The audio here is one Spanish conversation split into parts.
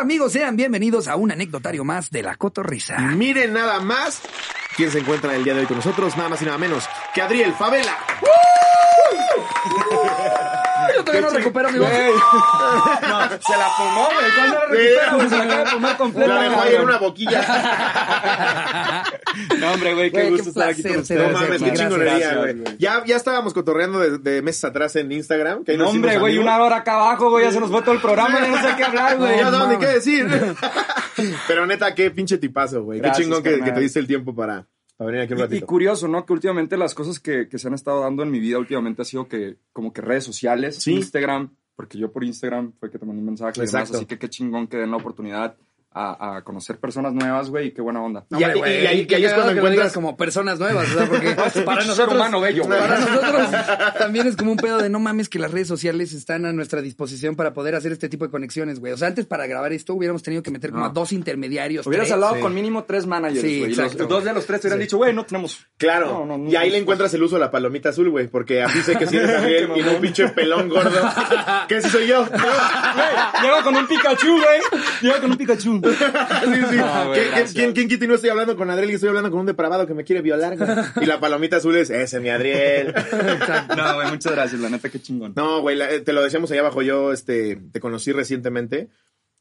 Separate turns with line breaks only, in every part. amigos? Sean bienvenidos a un anecdotario más de la cotorrisa.
Miren nada más quién se encuentra el día de hoy con nosotros, nada más y nada menos que Adriel Favela.
Yo todavía no recupero mi voz.
No, se la fumó, güey. ¿Cuándo la recupera, güey? Se la acaba de fumar completa.
La dejó ahí en una boquilla.
No, hombre, güey, qué
Güey,
gusto
qué
estar aquí
placer
con
ser-
No
Gracias,
mames,
ustedes.
qué
gracias,
chingonería,
gracias,
güey. Ya, ya estábamos cotorreando de, de meses atrás en Instagram. Que ahí
No,
nos hicimos
hombre, güey,
amigos.
una hora acá abajo, güey, ya se nos fue todo el programa, ya no sé qué hablar, güey.
Ya no, ni
Mames.
qué decir. Pero neta, qué pinche tipazo, güey. Qué
Gracias,
chingón que,
carnal.
que te diste el tiempo para, para venir aquí un
Y, y
ratito.
curioso, ¿no? Que últimamente las cosas que, que se han estado dando en mi vida últimamente ha sido que, como que redes sociales,
Sí.
Instagram, porque yo por Instagram fue que te mandé un mensaje y demás,
Exacto.
así que qué chingón que den la oportunidad a, a conocer personas nuevas, güey, y qué buena onda.
No, hombre, güey, qué cagado que lo digas
como personas nuevas, o sea, porque para
Ser
nosotros
humano bello, güey.
para nosotros también es como un pedo de no mames que las redes sociales están a nuestra disposición para poder hacer este tipo de conexiones, güey. O sea, antes para grabar esto hubiéramos tenido que meter como
Ah.
a dos intermediarios.
Hubieras
tres.
hablado
Sí.
con mínimo tres managers,
Sí,
güey. y los-
exacto.
dos de los tres te hubieran dicho, güey, no tenemos.
Claro,
No, no,
y ahí
no.
le encuentras el uso de la palomita azul, güey, porque aquí sé que sí eres Adriel y no un pinche pelón gordo. que ese soy yo.
Güey, Lleva con un Pikachu, güey. Lleva con un Pikachu.
Sí, sí.
No, güey,
¿Qué- qué-
gracias.
quién, quién quita y no estoy hablando con Adriel y estoy hablando con un depravado que me quiere violar? güey? Y la palomita azul es, ese mi Adriel.
No, güey, muchas gracias, la neta, qué chingón.
No, güey, la- eh, te lo decíamos allá abajo. Yo este, te conocí recientemente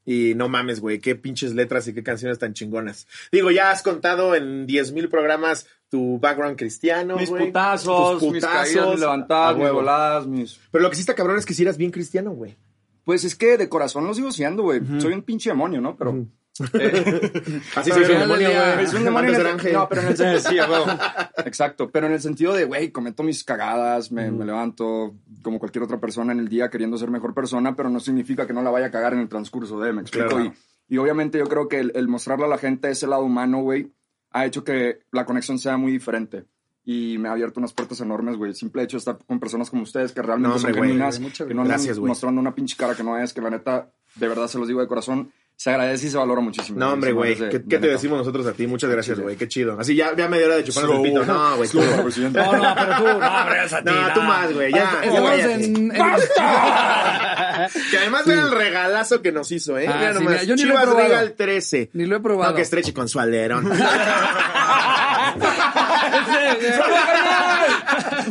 y no mames, güey, qué pinches letras y qué canciones tan chingonas. Digo, ya has contado en 10.000 programas tu background cristiano,
mis
güey.
putazos,
Tus
mis caídas, mis
Ah,
levantadas, mis
huevo.
voladas, mis...
Pero lo que sí está cabrón es que si eras bien cristiano, güey.
Pues es que de corazón lo sigo siendo, güey. Soy un pinche demonio, ¿no? Pero... eh,
Así
Pero
se hizo el
al final
demonio,
del día-
güey.
es un demonio
Antes
en
era
el-
ángel.
No, pero en el sentido... sí, a huevo. Exacto. Pero en el sentido de, güey, cometo mis cagadas, me, me levanto como cualquier otra persona en el día queriendo ser mejor persona, pero no significa que no la vaya a cagar en el transcurso de, me explico.
Claro.
Y, y obviamente yo creo que el, el mostrarle a la gente ese lado humano, güey, ha hecho que la conexión sea muy diferente. Y me ha abierto unas puertas enormes, güey. El Simple hecho de estar con personas como ustedes que realmente
No,
son
hombre, güey.
genuinas,
Muchas
que no andan
gracias, güey.
mostrando una pinche cara que no es, que la neta, de verdad se los digo de corazón, se agradece y se valora muchísimo.
No, hombre, güey.
Desde-
¿Qué,
de
qué te
neta.
decimos nosotros a ti? Muchas
Ah,
gracias,
Chile.
güey. Qué chido. Así ya, ya me dio hora de chupar el
Slow.
pito. No, güey.
Slow,
tú.
presidente.
No, no, pero tú, no, pero es a ti,
No,
nada.
tú más, güey, ya.
Estamos
Ya,
en, en-
Que además vean el regalazo que nos hizo, ¿eh?
Ah,
Mira
sí,
nomás.
mira, yo ni lo he
Chivas
probado.
Regal 13.
Ni lo he probado.
No, que estreche con su alerón.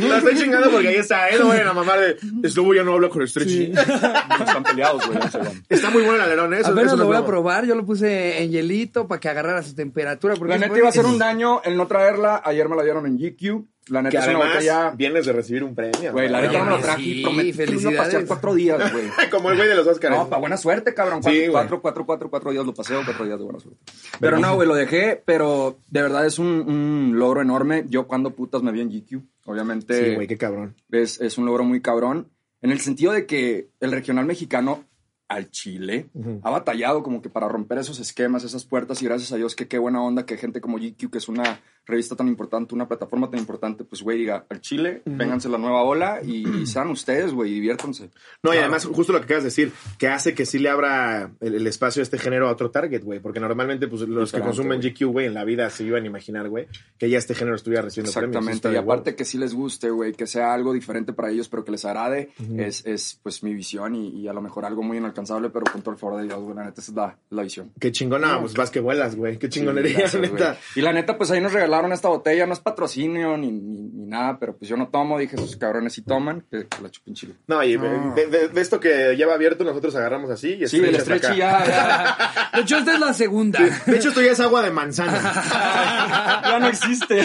La estoy chingando porque ahí está, ¿eh? No vayan a mamar de... Estuvo yo no hablo con estreche.
No están peleados, güey. ya se van.
Está muy bueno el alerón, ¿eh? Eso,
Apenas
eso no
lo voy
es
a
broma.
probar, yo lo puse en hielito para que agarrara su temperatura. Porque
La
es
neta
bueno.
iba a ser un daño el no traerla. Ayer me la dieron en GQ. La neta
Que
es una
además
botella.
vienes de recibir un premio.
Güey, la
güey.
neta no me la
sí,
traje. y prometí que iba a pasear
felicidades.
cuatro días, güey.
Como el güey de los Oscars.
No, pa' buena suerte, cabrón.
Sí,
Cuatro,
güey.
cuatro, cuatro, cuatro, cuatro días lo paseo, cuatro días de buena suerte. Pero no, güey, lo dejé, pero de verdad es un, un logro enorme. Yo cuando putas me vi en GQ, obviamente.
Sí, güey, qué cabrón.
es, es un logro muy cabrón, en el sentido de que el regional mexicano al Chile ha batallado como que para romper esos esquemas, esas puertas, y gracias a Dios que qué buena onda que gente como GQ, que es una revista tan importante, una plataforma tan importante, pues güey, diga, al Chile, vénganse la nueva ola y, y sean ustedes, güey, diviértanse.
No, y
Claro.
además, justo lo que acabas de decir, que hace que sí le abra el, el espacio a este género a otro target, güey. Porque normalmente, pues, los que
Diferente,
consumen
güey.
GQ, güey, en la vida se iban a imaginar, güey, que ya este género estuviera recibiendo premios. Está
Exactamente, y
de
aparte que sí les guste, güey, que sea algo diferente para ellos, pero que les agrade, es, es pues mi visión y, y a lo mejor algo muy inalcanzable, pero con todo el favor de Dios, güey, la neta, esa es la, la visión.
Qué chingón, no, pues vas que vuelas, güey. Qué
Mm. Sí,
chingonería,
gracias,
neta.
güey. Y la neta, pues ahí nos regalaron esta botella, no es patrocinio ni, ni, ni nada, pero pues yo no tomo, dije, esos cabrones sí toman, que, que la chupen chile.
No, y De, de- de esto que lleva abierto, nosotros agarramos así y
Sí, el
hasta
estrecho
acá.
ya, ya,
De hecho, esta es la segunda.
De hecho, esto ya es agua de manzana.
ya no existe.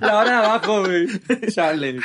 la hora de abajo, güey. Chale.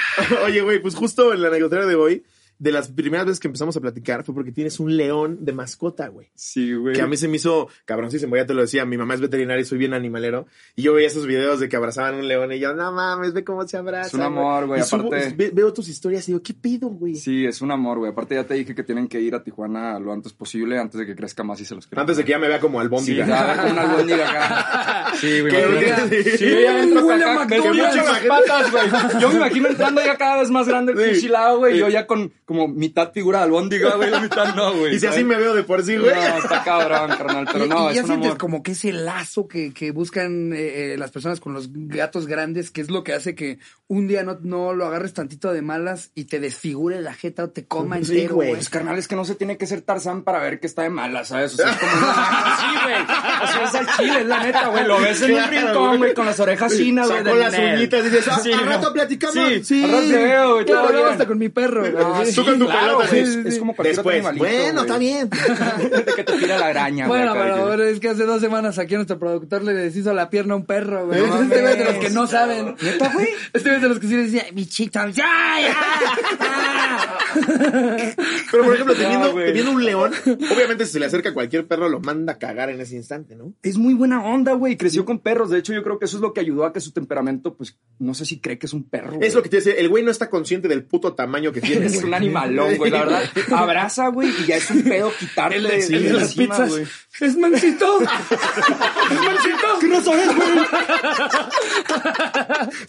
Oye, güey, pues justo en la negociación de hoy, de las primeras veces que empezamos a platicar fue porque tienes un león de mascota, güey.
Sí, güey.
Que a mí se me hizo cabroncísimo, ya te lo decía, mi mamá es veterinaria y soy bien animalero. Y yo veía esos videos de que abrazaban un león y yo, no mames, ve cómo se abraza.
Es un amor, güey,
Y subo-
aparte-
ve- veo tus historias y digo, ¿qué pido, güey?
Sí, es un amor, güey. Aparte ya te dije que tienen que ir a Tijuana lo antes posible, antes de que crezca más y se los crezca.
Antes de que ya me vea como
Sí,
albóndiga.
ya, con una albóndiga acá. Sí, güey.
Que-
imagínate.
que-
Sí, ya entro
Huele
acá,
a
me
McDonald's.
escucho las patas, güey. Yo me imagino entrando ya cada vez más grande el
Sí.
pinche lado, güey. Yo ya con, como mitad figura de albóndiga, güey, la mitad no, güey.
Y si
¿sabes?
así me veo de por sí,
No,
güey.
está cabrón, carnal, pero
Y-
no,
y ya
es un
sientes
amor.
como que ese lazo que, que buscan eh, eh, las personas con los gatos grandes, que es lo que hace que un día no, no lo agarres tantito de malas y te desfigure la jeta o te coma
Sí,
entero,
güey.
güey.
Pues, carnal, es que no se tiene que ser Tarzán para ver que está de mala, ¿sabes? O sea, es como una magia así, güey. O sea, es al chile, es la neta, güey. Lo ves en un
Claro,
rincón,
güey.
güey, con las orejas chinas, güey.
Sacó
del
las
Nel.
uñitas y dices, "Ah, al
no.
rato platicamos".
Sí,
Sí.
al rato te veo,
Claro,
güey. todo
hablaba
bien.
hasta con mi perro.
No,
güey.
Tú con tu pelota,
güey, Es,
sí, sí,
es
sí.
como cualquier
Después,
otro animalito,
bueno,
güey.
está bien.
De que te tira la graña, güey.
Bueno,
acá,
pero
güey.
bueno, es que hace dos semanas aquí a nuestro productor le deshizo la pierna a un perro, güey.
No
este güey es de los
mames,
que no saben.
cabrón. ¿Neta, güey?
Este güey es de los que sí le decía, mi chito, ya, ya.
Pero, por ejemplo, teniendo,
güey.
teniendo un león, obviamente si se le acerca a cualquier perro, lo manda a cagar en ese instante, ¿no?
Es muy buena onda, güey. Creció con perros. De hecho, yo creo que eso es lo que ayudó a que su temperamento, pues, no sé si cree que es un perro.
Es lo que te dice, el güey no está consciente del puto tamaño que tiene.
Es
güey.
un animalón, güey, la verdad. Abraza, güey, y ya es un pedo quitarle
El, de-
sí,
el de las
encima,
pizzas.
güey.
Es mansito. es mansito.
no sabes, güey?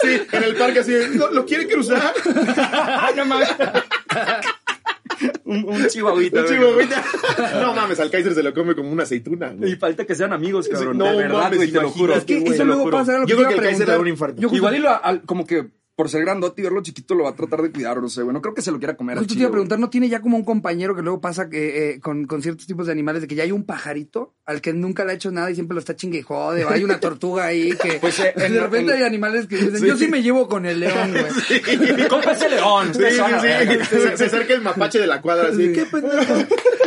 Sí, en el parque así, ¿lo, lo quiere cruzar?
Ay, no mames. un, un chihuahuita.
Un
güey.
chihuahuita. No mames, al Kaiser se lo come como una aceituna. güey.
Y falta que sean amigos, cabrón.
no
de verdad,
mames,
güey, te lo
imagínate,
juro.
es que
Te
eso
lo
luego
juro.
pasa algo
Yo
que
creo que el
iba a
Kaiser le da un
preguntar.
infarto.
Yo justo-
Igual y lo, al- como que por ser grandote y verlo chiquito lo va a tratar de cuidar, no sé, güey. No creo que se lo quiera comer. al
Justo te
chile,
iba a preguntar, ¿no tiene ya como un compañero que luego pasa que, eh, con, con ciertos tipos de animales de que ya hay un pajarito al que nunca le ha hecho nada y siempre lo está chingue y jode, o hay una tortuga ahí que
Pues, eh, en-
de repente
en-
hay animales que dicen, yo sí me llevo con el león, güey.
güey. Mi compa es el león.
Sí,
ustedes
sí,
son la
sí.
verga.
Se, se acerca el mapache de la cuadra así.
¿Qué pendejo?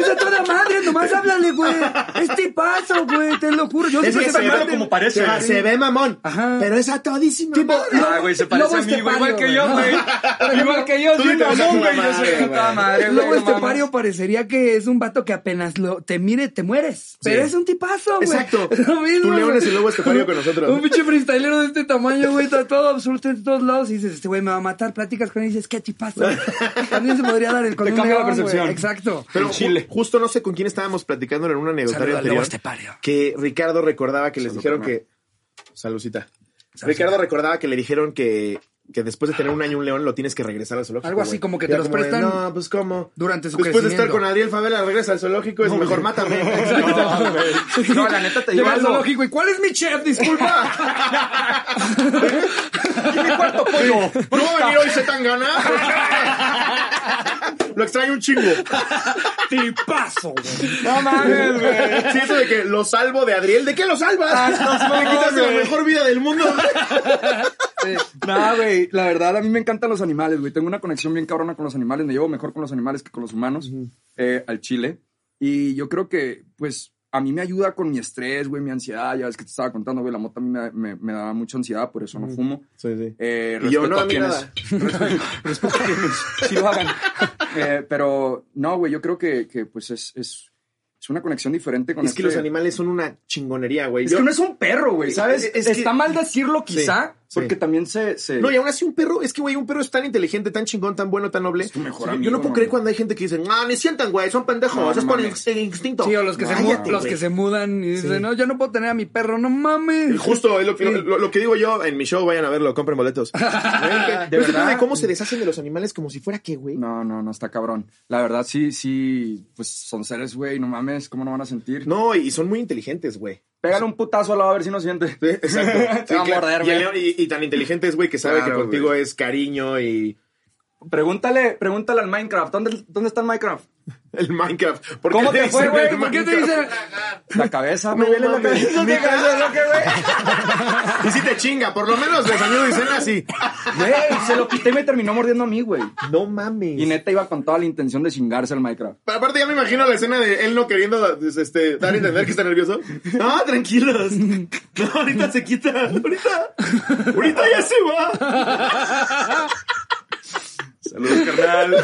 Es a toda madre, nomás háblale, güey. Este paso, güey, te lo juro. Yo
Es
siempre
que
se
se ve
madre.
como parece,
Se,
güey.
se ve mamón,
Ajá.
pero es atodísimo.
Tipo,
Ah, güey, se parece
Lobo
a mí, güey.
estepario,
Igual que yo,
güey.
güey. Igual que yo,
Tú
sí,
sí te vas a
mamón,
tu
güey. Yo
madre,
soy
güey.
puta
Eh,
madre,
Lobo
güey. no este mames.
estepario este parecería que es un vato que apenas lo te mire, te mueres. Pero es un tipazo, güey.
Exacto.
Lo mismo,
Tu león
güey.
es el lobo
este
estepario que nosotros.
Un pinche freestylero de este tamaño, güey, está todo absurdo en todos lados. Y dices, este güey me va a matar. Platicas con él y dices, ¿qué tipazo? También se podría dar el con
Te
un
cambia la
león, güey.
percepción.
Exacto.
Pero
En
ju-
Chile.
justo no sé con quién estábamos platicando en un anecdotario
Saluda al lobo
este
anterior
estepario.
que Ricardo recordaba que les
Salud,
dijeron
carnal.
que Salucita. Ricardo recordaba que le dijeron que, que después de tener un año un león lo tienes que regresar al zoológico.
Algo así
güey.
como que
Y
te
era
los
de,
prestan
No, pues cómo.
durante su
Después de estar
crecimiento.
con Adriel Favela regresa al zoológico, es mejor mátame.
No, güey. No, la neta te digo
Llegas al
algo.
zoológico, ¿Y cuál es mi chef? Disculpa.
Dime cuarto pollo.
¿No va a venir hoy Zetangana? Lo extraño un chingo.
Tipazo, güey.
No mames, güey.
Sí, eso de que lo salvo de Adriel. ¿De qué lo salvas?
Ah, estás
Le
mamón,
quitas la
güey.
mejor vida del mundo.
No, güey, la verdad a mí me encantan los animales, güey. Tengo una conexión bien cabrona con los animales. Me llevo mejor con los animales que con los humanos eh, al chile. Y yo creo que, pues, a mí me ayuda con mi estrés, güey, mi ansiedad. Ya ves que te estaba contando, güey, la mota a mí me, me- me da mucha ansiedad, por eso no fumo.
Sí, sí.
Eh,
Y yo,
respeto
no, a
a
mí
quienes,
nada.
respeto a quienes sí lo hagan. Eh, pero no, güey, yo creo que, que, pues es, es, es una conexión diferente con
Es que los
este-
animales son una chingonería, güey.
Es
Yo-
que no es un perro, güey, ¿sabes?
Es- es que-
Está mal decirlo quizá,
Sí, sí.
porque también se... se...
No, y aún así un perro, es que güey, un perro es tan inteligente, tan chingón, tan bueno, tan noble.
Es tu mejor
Yo-
amigo,
yo no puedo creer
mamá.
cuando hay gente que dice, ah, ni sientan, güey, son pendejos,
No, no
es por el,
mames.
el instinto.
Sí, o los que, se, mu-
Cállate,
los
güey.
que se mudan y dicen,
Sí.
no, yo no puedo tener a mi perro, no mames.
Justo es lo, que- lo- lo que digo yo en mi show, vayan a verlo, compren boletos. Güey, que- pero se
verdad?
pone cómo se deshacen de los animales como si fuera que, güey. No.
No, no, no está cabrón. La verdad, sí, sí, pues son seres, güey, no mames, ¿cómo no van a sentir?
y son muy inteligentes, güey.
Pégale un putazo al lado a ver si no siente.
Sí, exacto.
Te va a
claro.
morder,
y, el
güey.
león- y- y tan inteligentes, güey, que sabe
Claro,
que contigo es cariño y
Pregúntale, pregúntale al Minecraft, ¿dónde, dónde está el Minecraft?
el Minecraft. ¿Por
¿Cómo
qué
te fue,
dicen
güey?
el
¿Por qué
¿Qué te
Minecraft?
dicen?
La cabeza,
No
güey, vele la
mames,
cabeza, la
mira.
cabeza, lo que, güey.
Y si te chinga, por lo menos desayuno y cena así.
Güey, se lo quité y me terminó mordiendo a mí, güey.
No mames.
Y neta iba con toda la intención de chingarse al Minecraft.
Pero aparte ya me imagino la escena de él no queriendo este, dar a entender que está nervioso. No, tranquilos. No, ahorita se quita. Ahorita. Ahorita ya se va.
Saludos, carnal.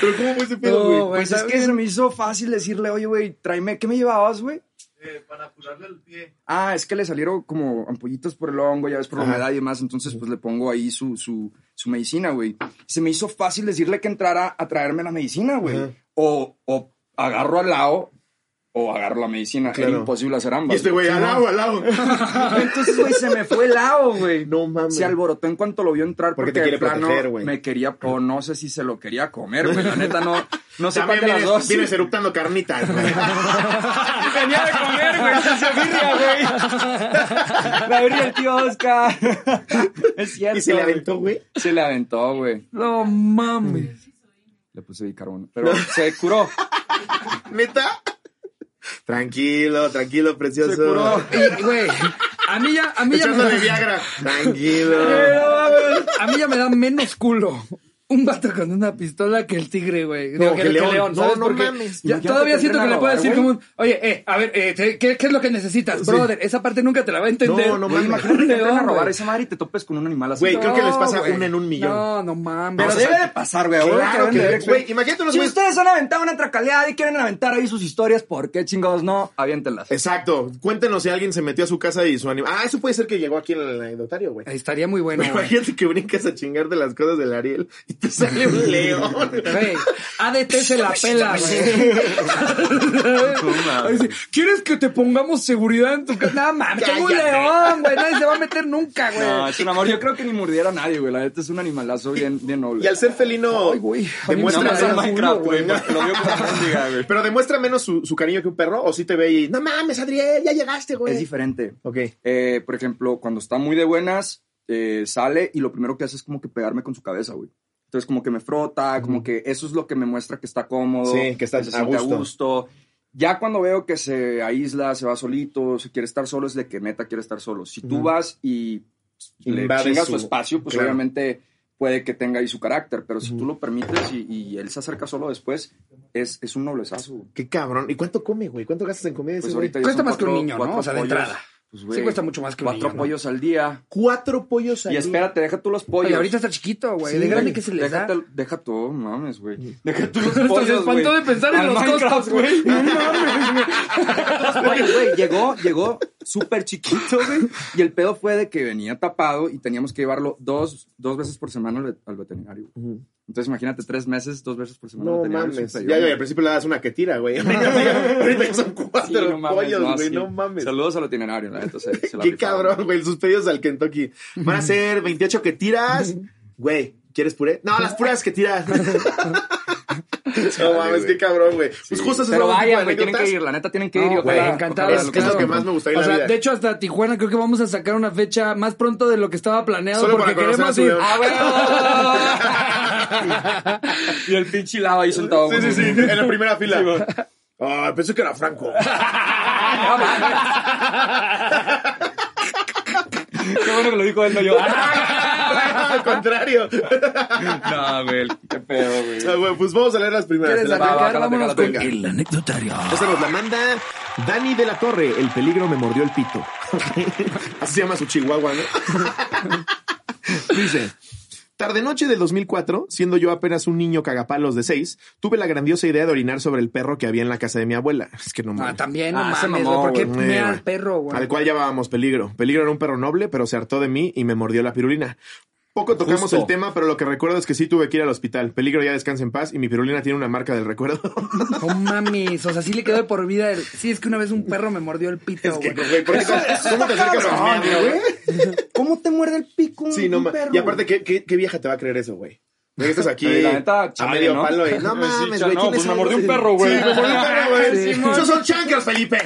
Pero ¿cómo fue ese pedo, güey?
No, güey,
Pues es
¿sabes?
que se me hizo fácil decirle, oye, güey, tráeme, ¿qué me llevabas, güey?
Eh, para curarle el pie.
Ah, es que le salieron como ampollitas por el hongo, ya ves, por la
Ajá.
humedad y demás. Entonces, pues le pongo ahí su, su, su medicina, güey. Se me hizo fácil decirle que entrara a traerme la medicina, güey.
Ajá.
O, o agarro al lado, o agarro la medicina.
Claro.
Era imposible hacer ambas.
Y este güey,
Sí,
al
no.
lado, al lado.
Entonces, güey, se me fue el lado, güey.
Ah. No mames.
Se alborotó en cuanto lo vio entrar
Porque
porque,
te quiere
de plano
proteger, güey.
me quería, o no sé si se lo quería comer, güey. La neta, no, no sé
También
cuál de las
vienes,
dos.
vienes eruptando carnitas, güey.
Venía de comer, güey. Se hizo birria, güey. La birria el tío Oscar. Es cierto.
Y se le
güey.
aventó, güey.
Se le aventó, güey.
No mames.
Le puse bicarbonato. Pero se curó.
¿Neta? Tranquilo, tranquilo, precioso.
Se curó.
Y, güey, a mí ya, a mí ya me
Echándole
da,
Viagra. Tranquilo.
a mí ya me da menos culo. Un vato con una pistola que el tigre, güey. Digo,
que León. No,
¿sabes?
no
Porque
mames.
ya
Imagínate
todavía
que
siento que
entren a
le puedo
robar,
decir
güey.
como un, oye, eh, a ver, eh, te- ¿qué, qué es lo que necesitas, brother? Esa parte nunca te la va a entender.
No, no
Güey,
mames.
imagínate
Te
un
van a
león,
robar
güey.
esa madre y te topes con un animal así.
Güey, creo que les pasa
No, güey.
una en un millón.
No, no mames.
Pero
o sea,
debe de pasar, güey. ahora
Claro
deben
que
de
le-
ver,
güey. Imagínate unos
Si
güeyes.
ustedes han aventado una tracaleada y quieren aventar ahí sus historias, ¿por qué chingados no? Aviéntelas.
Exacto. Cuéntenos si alguien se metió a su casa y su animal. Ah, eso puede ser que llegó aquí en el anecdotario, güey.
Estaría muy bueno, güey.
Imagínate que brincas a chingarte las cosas del Ariel y te sale un león.
Güey, ADT se la pela, güey. Dice, ¿Quieres que te pongamos seguridad en tu casa? No mames, tengo un
Cállate.
león, güey. Nadie se va a meter nunca, güey.
No, es un amor. Yo creo que ni mordiera a nadie, güey. La neta es un animalazo bien, bien noble.
Y al ser felino,
Ay, güey. A mí me
demuestra
mama el
menos-
Minecraft,
güey.
güey. porque Lo veo como mendiga, güey.
Pero demuestra menos su, su cariño que un perro, o si te ve y, no mames, Adriel, ya llegaste,
Es
güey.
diferente.
Ok.
Eh, por ejemplo, cuando está muy de buenas, eh, sale y lo primero que hace es como que pegarme con su cabeza, güey. Entonces, como que me frota, como que eso es lo que me muestra que está cómodo.
Sí, que está
se
a
siente
gusto.
Ya cuando veo que se aísla, se va solito, se quiere estar solo, es de que neta quiere estar solo. Si tú
Ujú.
vas y le
Invades
chingas su,
su-
espacio, pues
claro.
obviamente puede que tenga ahí su carácter, pero si
Ujú.
tú lo permites y, y él se acerca solo después, es, es un noblezazo. güey.
Qué cabrón. ¿Y cuánto come, güey? ¿Cuánto gastas en comida?
Pues
ese
ahorita
güey?
ya
Cuesta
son
más que un
cuatro-
niño, ¿no?
cuatro
O sea, de
pollos.
entrada.
Pues,
Sí
güey,
cuesta mucho más que un
Cuatro
niño, ¿no?
pollos al día.
Cuatro pollos al
Y
día.
espérate, deja tú los pollos.
Oye, ahorita está chiquito, güey. de grande que se les da.
Déjate, Deja tú, mames, güey. Deja tú los
Hasta
pollos,
se espantó de
güey.
pensar en
Al
los
Minecraft,
costos, güey. No mames, güey.
Oye, güey, llegó, llegó súper chiquito, güey. Y el pedo fue de que venía tapado y teníamos que llevarlo dos, dos veces por semana al, ve- al veterinario. güey.
Ujú.
Entonces, imagínate, tres meses, dos veces por semana al
No
veterinario.
mames.
Sí,
Ya,
güey.
ya, al principio le das una que tira, güey. Ahorita ya son
Sí,
cuatro
no mames,
pollos, güey.
sí.
No mames.
Saludos al veterinario, la neta. Se, se la
Qué
rifaron.
cabrón, güey. Sus pedidos al Kentucky. Van a ser 28 que tiras. Güey, ¿quieres puré? No, las puras que tiras. no mames,
güey.
qué cabrón, güey. Pues
Sí.
justo esas
Pero
son las tipo
vayan,
de
güey, tienen que
anécdotas.
ir, la neta tienen que
No,
ir. y
güey,
ojalá-
encantado.
ojalá
Es
lo
que es lo que
conozcan.
más me gustaría
O
en la
sea,
vida.
de hecho, hasta Tijuana creo que vamos a sacar una fecha más pronto de lo que estaba planeado
Solo para
porque
conocer a
queremos
su
ir.
león.
¡Ah, güey! y el pinche lava ahí sentado.
Sí, sí, sí, en la primera
Sí,
fila.
güey.
Ah, pensé que era Franco.
Qué bueno que lo dijo él, no yo.
Al contrario.
no, güey, qué pedo, güey.
Ah, güey, pues vamos a leer las primeras.
¿Quieres
Te la-
Va,
arrancar?
va,
Vámonos
jálate,
con
jálate.
el anecdotario.
Esta nos la manda Dani de la Torre. El peligro me mordió el pito. Así se llama su chihuahua, ¿no? Dice. Tarde noche del 2004, siendo yo apenas un niño cagapalos de seis, tuve la grandiosa idea de orinar sobre el perro que había en la casa de mi abuela. Es que no
Ah,
mames.
también, no
Ah, se
mames,
mamó,
güey. ¿Por qué
güey.
mea al perro, güey?
Al cual llamábamos peligro. Peligro era un perro noble, pero se hartó de mí y me mordió la pirulina. Poco tocamos
Justo.
el tema, pero lo que recuerdo es que sí tuve que ir al hospital. Peligro ya descansa en paz y mi pirulina tiene una marca del recuerdo.
No mames, o sea, sí le quedó de por vida el... Sí, es que una vez un perro me mordió el pito,
Es que,
güey.
güey, ¿por qué- ¿Cómo te acercas a
cabrón,
mear, güey?
¿Cómo te muerde el pico un,
Sí, no
un
ma-
perro?
Y aparte, ¿qué, qué, qué vieja te va a creer eso, güey? De que Estás aquí
Sí, la neta,
a
chale,
medio
¿no?
palo y no
Sí,
mames,
cha-
güey.
no,
¿quién
pues
es
me
algo?
mordió un perro, güey.
Sí, me mordió un perro, güey.
Simón.
Esos son chancas, Felipe.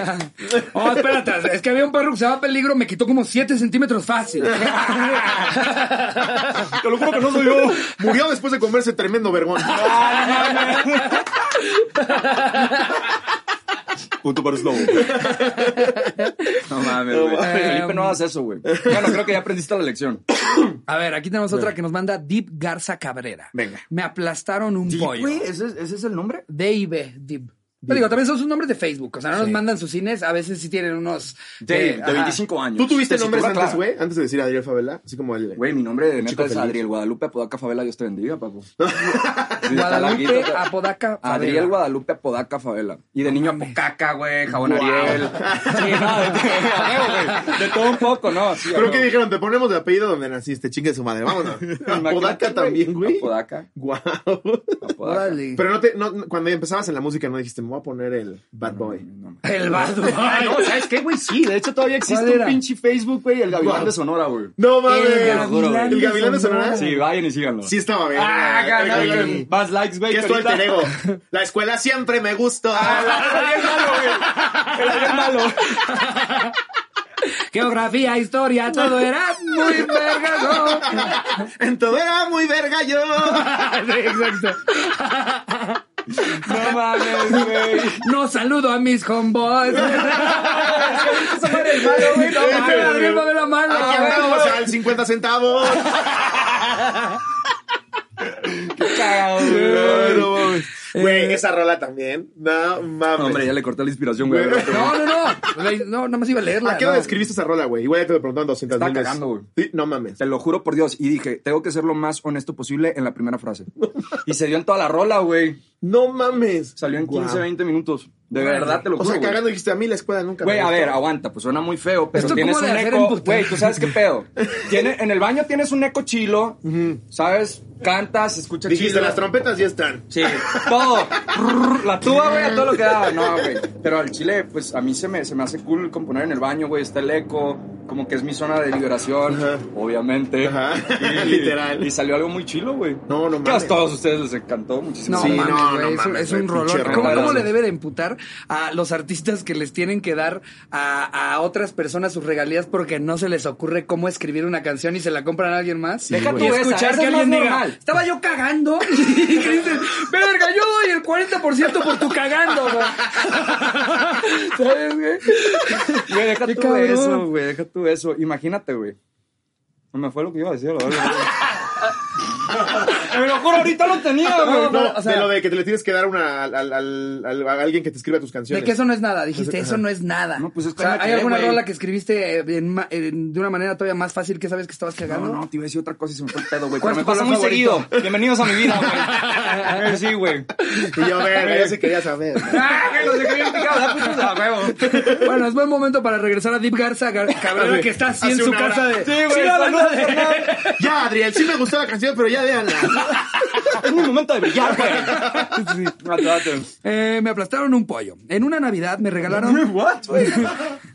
Oh, espérate, es que había un perro que se daba peligro, me quitó como 7 centímetros fácil.
Te lo juro que no soy yo. Murió después de comerse tremendo vergón.
Punto para Slow. No mames,
No
güey.
mames.
Felipe, no hagas eso, güey. Bueno, creo que ya aprendiste la lección.
A ver, aquí tenemos otra que nos manda Deep Garza Cabrera.
Venga.
Me aplastaron un pollo.
Güey, ¿ese, es- ¿ese es el nombre?
D.I.B. Deep. Pero digo, también son sus nombres de Facebook. O sea, no nos mandan sus cines. A veces sí tienen unos...
Dave,
eh,
de
ajá.
25 años.
¿Tú tuviste
De
nombres
cintura
antes,
clara.
güey? Antes de decir Adriel Favela. Así como el...
Güey, mi nombre de neta
Chico
es
feliz.
Adriel Guadalupe Apodaca Favela. Dios te bendiga, papu. Sí, está larguito,
Guadalupe
pero-
Apodaca Favela.
Adriel Guadalupe Apodaca Favela. Y de niño Apocaca, güey, Jabón
Wow.
Ariel. Sí, no, de, de- güey, de todo un poco, ¿no? Sí,
Creo
güey.
que dijeron, te ponemos de apellido donde naciste. Chingue su madre, vámonos.
Imagínate,
Apodaca también, güey.
Apodaca.
Guau.
Apodaca.
Órale.
Pero no te, no, no, cuando empezabas en la música no dijiste, me voy a poner el Bad Boy.
No, no.
El vato.
Ah, no, ¿sabes qué, güey? Sí, de hecho todavía
¿Cuál
existe
era?
un pinche Facebook, güey, el Gavilán
Wow.
de Sonora, güey.
No mames.
El
juro,
gavilán.
güey.
¿El Gavilán de Sonora?
Sí, vayan y síganlo. Eh,
Sí estaba bien.
Ah,
El
ganó,
Gavilán.
ganó.
Más likes, güey.
¿Qué es tu
ahorita-
alter ego? La escuela siempre me gustó. Ah,
Era bien malo, güey. Era bien malo.
Geografía, historia, todo era muy vergaso.
en todo era muy verga yo.
Sí, exacto.
No mames, güey.
No saludo a mis homeboys.
Esa madre es malo, güey. No
Ay,
mames. Ah,
Adrián va a ver la mano.
Este, Aquí
güey.
andamos al 50 centavos.
Cagado,
Ay,
güey. Eh,
no mames. Güey, esa rola también. No mames.
Hombre, ya le corté la inspiración, güey.
Güey.
No, no, no. Le- No, nada más iba a leerla.
¿A qué hora
no.
escribiste esa rola, güey? Igual ya te lo preguntaron 200
Está
mil veces.
cagando, güey.
Sí, no mames.
Te lo juro por Dios. Y dije, tengo que ser lo más honesto posible en la primera frase. Y se dio en toda la rola, güey.
No mames.
Salió en 15,
Guau.
20 minutos. De verdad, te lo
O
juro.
sea,
güey.
cagando dijiste a mí la escuela nunca.
Güey,
me
a
gustó.
ver, aguanta, pues suena muy feo, pero
¿Esto
tienes
cómo
un
de hacer
eco.
emputar?
Güey, tú sabes qué pedo. Tiene, en el baño tienes un eco chilo, ¿sabes? Cantas, escuchas
Dijiste,
chilo.
las trompetas ya están.
Sí, todo. Prrr, La tuba, güey, a todo lo que daba. No, güey. Pero al chile, pues a mí se me, se me hace cool componer en el baño, güey. Está el eco, como que es mi zona de liberación,
Ajá.
obviamente.
Ajá,
Y-
literal.
Y salió algo muy chilo, güey.
No, no
Que a
mames.
todos ustedes les encantó muchísimo.
No,
Sí,
mames,
no,
güey, es,
no
un-
mames,
es un
güey,
rolón.
pinche
¿Cómo,
rolón.
cómo le debe de imputar a los artistas que les tienen que dar a, a otras personas sus regalías porque no se les ocurre cómo escribir una canción y se la compran a alguien más?
Deja
y
tú esa,
escuchar
esa
que
es más
alguien diga,
normal.
estaba yo cagando y que dicen, verga, yo doy el 40% por tu cagando, güey". ¿Sabes, güey?
Güey, deja
Qué
tú
cabrón.
eso, güey, deja tú eso. Imagínate, güey. No me fue lo que iba a decir, la verdad. Me lo juro, ahorita lo tenía, güey.
No,
No,
o sea-
de lo de que te le tienes que dar una al, al- al- al- a alguien que te escriba tus canciones.
De que eso no es nada, dijiste, eso no es nada.
No, pues es
O
que
sea,
ahí me
¿Hay
quedé,
alguna
güey.
rola que escribiste eh, en ma- en- de una manera todavía más fácil que sabes que estabas
No,
cagando?
no, te iba a decir otra cosa y se me fue el pedo, güey.
¿Cuál
Pero
es
me
tu
pasa muy
color favorito?
seguido. Bienvenidos a mi vida, güey. Eh, Sí, güey.
Y yo, verga, ya se quería saber.
¡Ah, que los dejé bien picados! ¡Ah, putos a huevo!
pues, Bueno, es buen momento para regresar a Deep Garza, Gar- Cabrera,
Hace-
que está así en
hace
su
una
casa
hora.
de...
Sí, güey,
"Sí, la
saludos,
banda de-
ya, Adriel, sí me gustó la canción, pero ya déjala.
Es mi momento de brillar, güey. Sí, matate.
Eh, me aplastaron un pollo. En una Navidad me regalaron...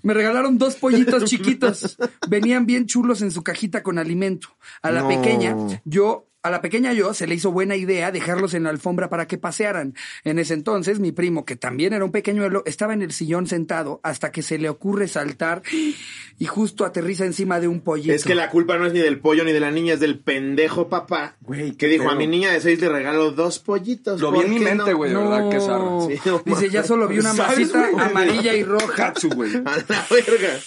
me regalaron dos pollitos chiquitos. Venían bien chulos en su cajita con alimento. A la
No.
pequeña, yo... A la pequeña yo se le hizo buena idea dejarlos en la alfombra para que pasearan. En ese entonces, mi primo, que también era un pequeñuelo, estaba en el sillón sentado hasta que se le ocurre saltar y justo aterriza encima de un pollito.
Es que la culpa no es ni del pollo ni de la niña, es del pendejo papá.
Güey,
que
qué
dijo,
pedo.
a mi niña de seis le regalo dos pollitos.
Lo vi en
¿por
mi
qué
mente,
no?"
güey, de verdad, qué zarra.
No.
Sí, no
Dice,
mames.
ya solo vi una
¿Sabes,
masita
güey?
amarilla y roja.
Katsu, güey.
A la verga.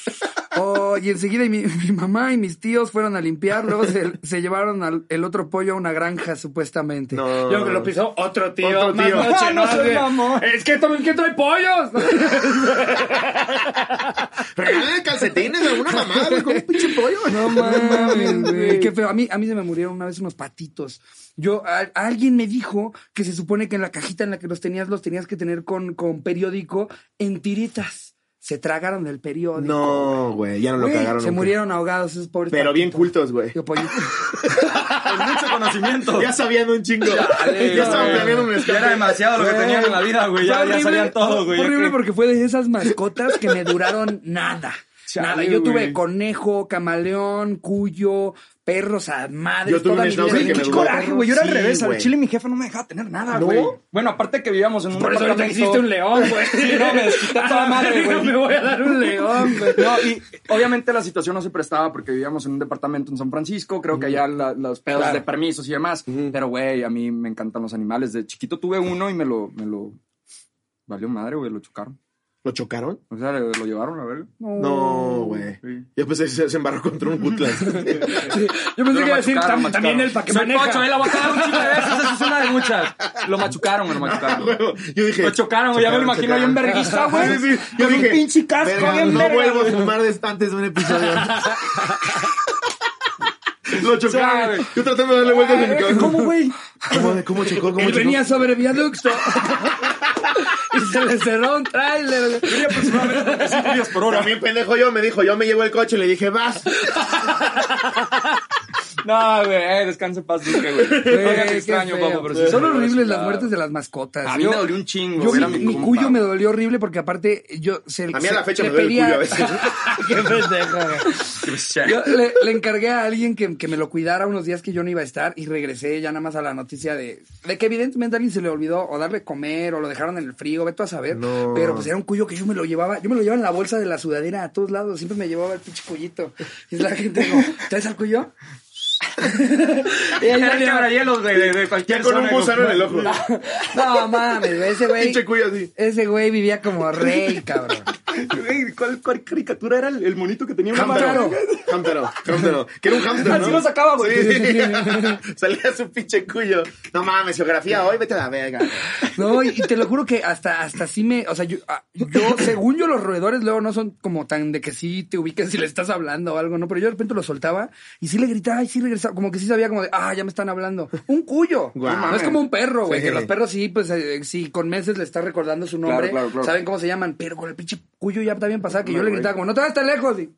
Oh, y enseguida mi, mi mamá y mis tíos fueron a limpiar, luego se, se llevaron al, el otro pollo a una granja, supuestamente.
No.
Yo creo que lo pisó otro tío.
Otro
más
tío.
noche,
Ah, no
más
soy
de-
mamón.
Es que también que trae pollos.
Regálale calcetines a alguna mamada, güey, con un pinche pollo.
No mames, güey. Qué feo. A mí, a mí se me murieron una vez unos patitos. Yo, a- alguien me dijo que se supone que en la cajita en la que los tenías, los tenías que tener con, con periódico en tiritas. Se tragaron el periódico.
No, güey, ya no lo
Güey,
cagaron.
se
nunca.
murieron ahogados esos pobres.
Pero bien cultos, güey.
Digo, pollito.
Con mucho conocimiento.
Ya sabían un chingo. ya estaban planeando un escape.
Ya era demasiado lo que tenían en la vida, güey. Ya,
Fue
ya sabían todo,
fue
güey.
Horrible porque fue de esas mascotas que me duraron nada.
Chale,
nada. Yo tuve
güey.
conejo, camaleón, cuyo, perros a madre.
Yo tuve
toda
un
mi vida.
schnauzer que
Güey, qué
me
coraje, güey. Yo era al
Sí,
revés. Al
güey.
chile mi jefa no me dejaba tener nada,
¿No?
güey. Bueno, aparte que vivíamos en un
Por eso ahorita
departamento-
existe un león, güey.
Sí, no, me desquité toda madre, güey.
Ah, No me voy a dar un león, güey.
No, y obviamente la situación no se prestaba porque vivíamos en un departamento en San Francisco, creo que allá la- los pedos
Claro.
de permisos y demás. Pero, güey, a mí me encantan los animales. De chiquito tuve uno y me lo, me lo... Valió madre, güey, lo chocaron.
¿Lo chocaron?
O sea, lo, lo llevaron a ver.
No, güey.
Sí.
Yo pensé que se se embarró contra un bootleg.
Yo pensé que iba a decir
machucaron,
tam-
lo
también
machucaron.
el pa' que
Soy
maneja.
pocho, eh, la voy a cagar un chingo de veces, esa es una de muchas. Lo machucaron, güey, lo machucaron.
Yo dije.
Lo chocaron, güey, ya me lo imagino
chocaron.
bien verguista, güey.
Sí, sí, sí. Yo
Con un
dije,
pinche casco
verga,
bien
No
verga,
vuelvo
güey.
a fumar de estantes de un episodio. Lo chocaron.
Sí, güey.
Yo tratando de darle vueltas en mi cabeza.
eh, ¿Cómo, güey?
¿Cómo, cómo chocó? ¿Cómo
Él
chocó?
venía sobre viaducto. y se le cerró un tráiler.
pues,
También pendejo yo me dijo, yo me llevo el coche y le dije, vas.
No, güey, eh, descansa en paz, Duque, güey. Oiga, te
qué
extraño,
feo.
papá, pero sí.
Son horribles las muertes de las mascotas.
A mí
Yo-
me dolió un chingo.
Yo,
era
mi, mi
compa.
cuyo me dolió horrible porque aparte yo se
A mí a
se-
la fecha
le
me duele el
pedía-
cuyo a veces.
Qué pendejo, güey. Yo le, le encargué a alguien que, que me lo cuidara unos días que yo no iba a estar y regresé ya nada más a la noticia de, de que evidentemente a alguien se le olvidó o darle comer o lo dejaron en el frío, vete tú a saber.
No.
Pero pues era un cuyo que yo me lo llevaba, yo me lo llevaba en la bolsa de la sudadera a todos lados, siempre me llevaba el pinche cuyito. Y la gente como, ¿traes al cuyo? y ahí
Era el
salía-
quebrahielos, güey, de, de cualquier
Ya con un
zona,
gusano en el ojo.
No mames, güey, ese güey.
Pinche cuyo así.
Ese güey vivía como rey, cabrón.
Güey, ¿Cuál, ¿Cuál caricatura era el, el monito que tenía una
Hamtaro.
mano?
Hamtaro. Hamtaro. Que era un hamster, ¿no?
Así lo sacaba, güey.
Sí, sí. Salía su pinche cuyo. No mames, geografía hoy, vete a la verga.
No, y, y te lo juro que hasta, hasta sí me. O sea, yo, ah, yo, según yo, los roedores luego no son como tan de que sí te ubiquen si le estás hablando o algo, ¿no? Pero yo de repente lo soltaba y sí le gritaba y sí regresaba. Como que sí sabía, como de, ah, ya me están hablando. Un cuyo.
Guau.
No es como un perro, güey.
Sí.
Que los perros sí, pues eh, sí, con meses le estás recordando su nombre.
claro, claro.
Saben cómo se llaman. Pero con el pinche cuyo ya también pasaba que yo le gritaba, como, no te vas tan lejos. Y,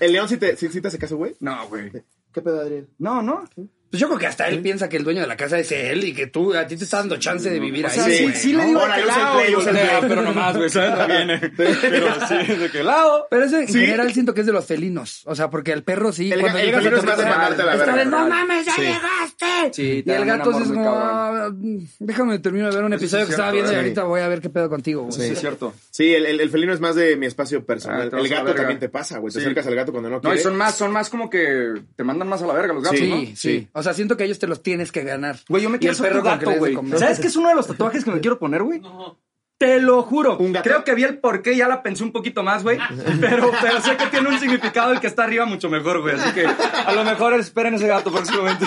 El león sí te, sí, sí te hace caso, güey.
No, güey.
¿Qué pedo, Adriel?
No, no.
pues yo creo que hasta él piensa que el dueño de la casa es él y que tú, a ti te está dando chance de vivir
O
ahí.
sea, sí,
güey,
sí, le
¿no?
digo
Ahora,
que
yo uso el
lao,
play, yo
güey,
uso el play.
Pero nomás, güey, ¿sabes? eh. No viene. Pero sí, de que lao.
Pero eso en
Sí.
general siento que es de los felinos. O sea, porque el perro sí.
El
cuando
ga- el
llegas a
felino
tu
es más de
casa,
mandarte a la
está
verga.
de, no mames, ya
Sí.
llegaste.
Sí,
y
te
el
dan un
gato sí
amor
es
muy
como,
cabrón.
"Ah, déjame terminar de ver un episodio
sí es
que estaba
cierto,
viendo y
¿eh?
ahorita voy a ver qué pedo contigo. güey".
Sí, es cierto.
Sí, el, el, el felino es más de mi espacio
Ah,
personal.
te vas
el
a la
gato
verga.
también te pasa, güey. Te
Sí.
acercas al gato cuando no
No, y
quieres.
son más, son más como que te mandan más a la verga los gatos,
Sí,
¿no?
sí, O sea, siento que ellos te los tienes que ganar.
Güey, yo me
Y
quiero
el
ser
perro
un
con que le
gato,
des de
güey.
comer.
¿Sabes qué es uno de los tatuajes que me quiero poner, güey? Te lo juro.
¿Un gato?
Creo que vi el porqué y ya la pensé un poquito más, güey. Pero, pero sé que tiene un significado el que está arriba mucho mejor, güey. Así que a lo mejor esperen ese gato próximamente.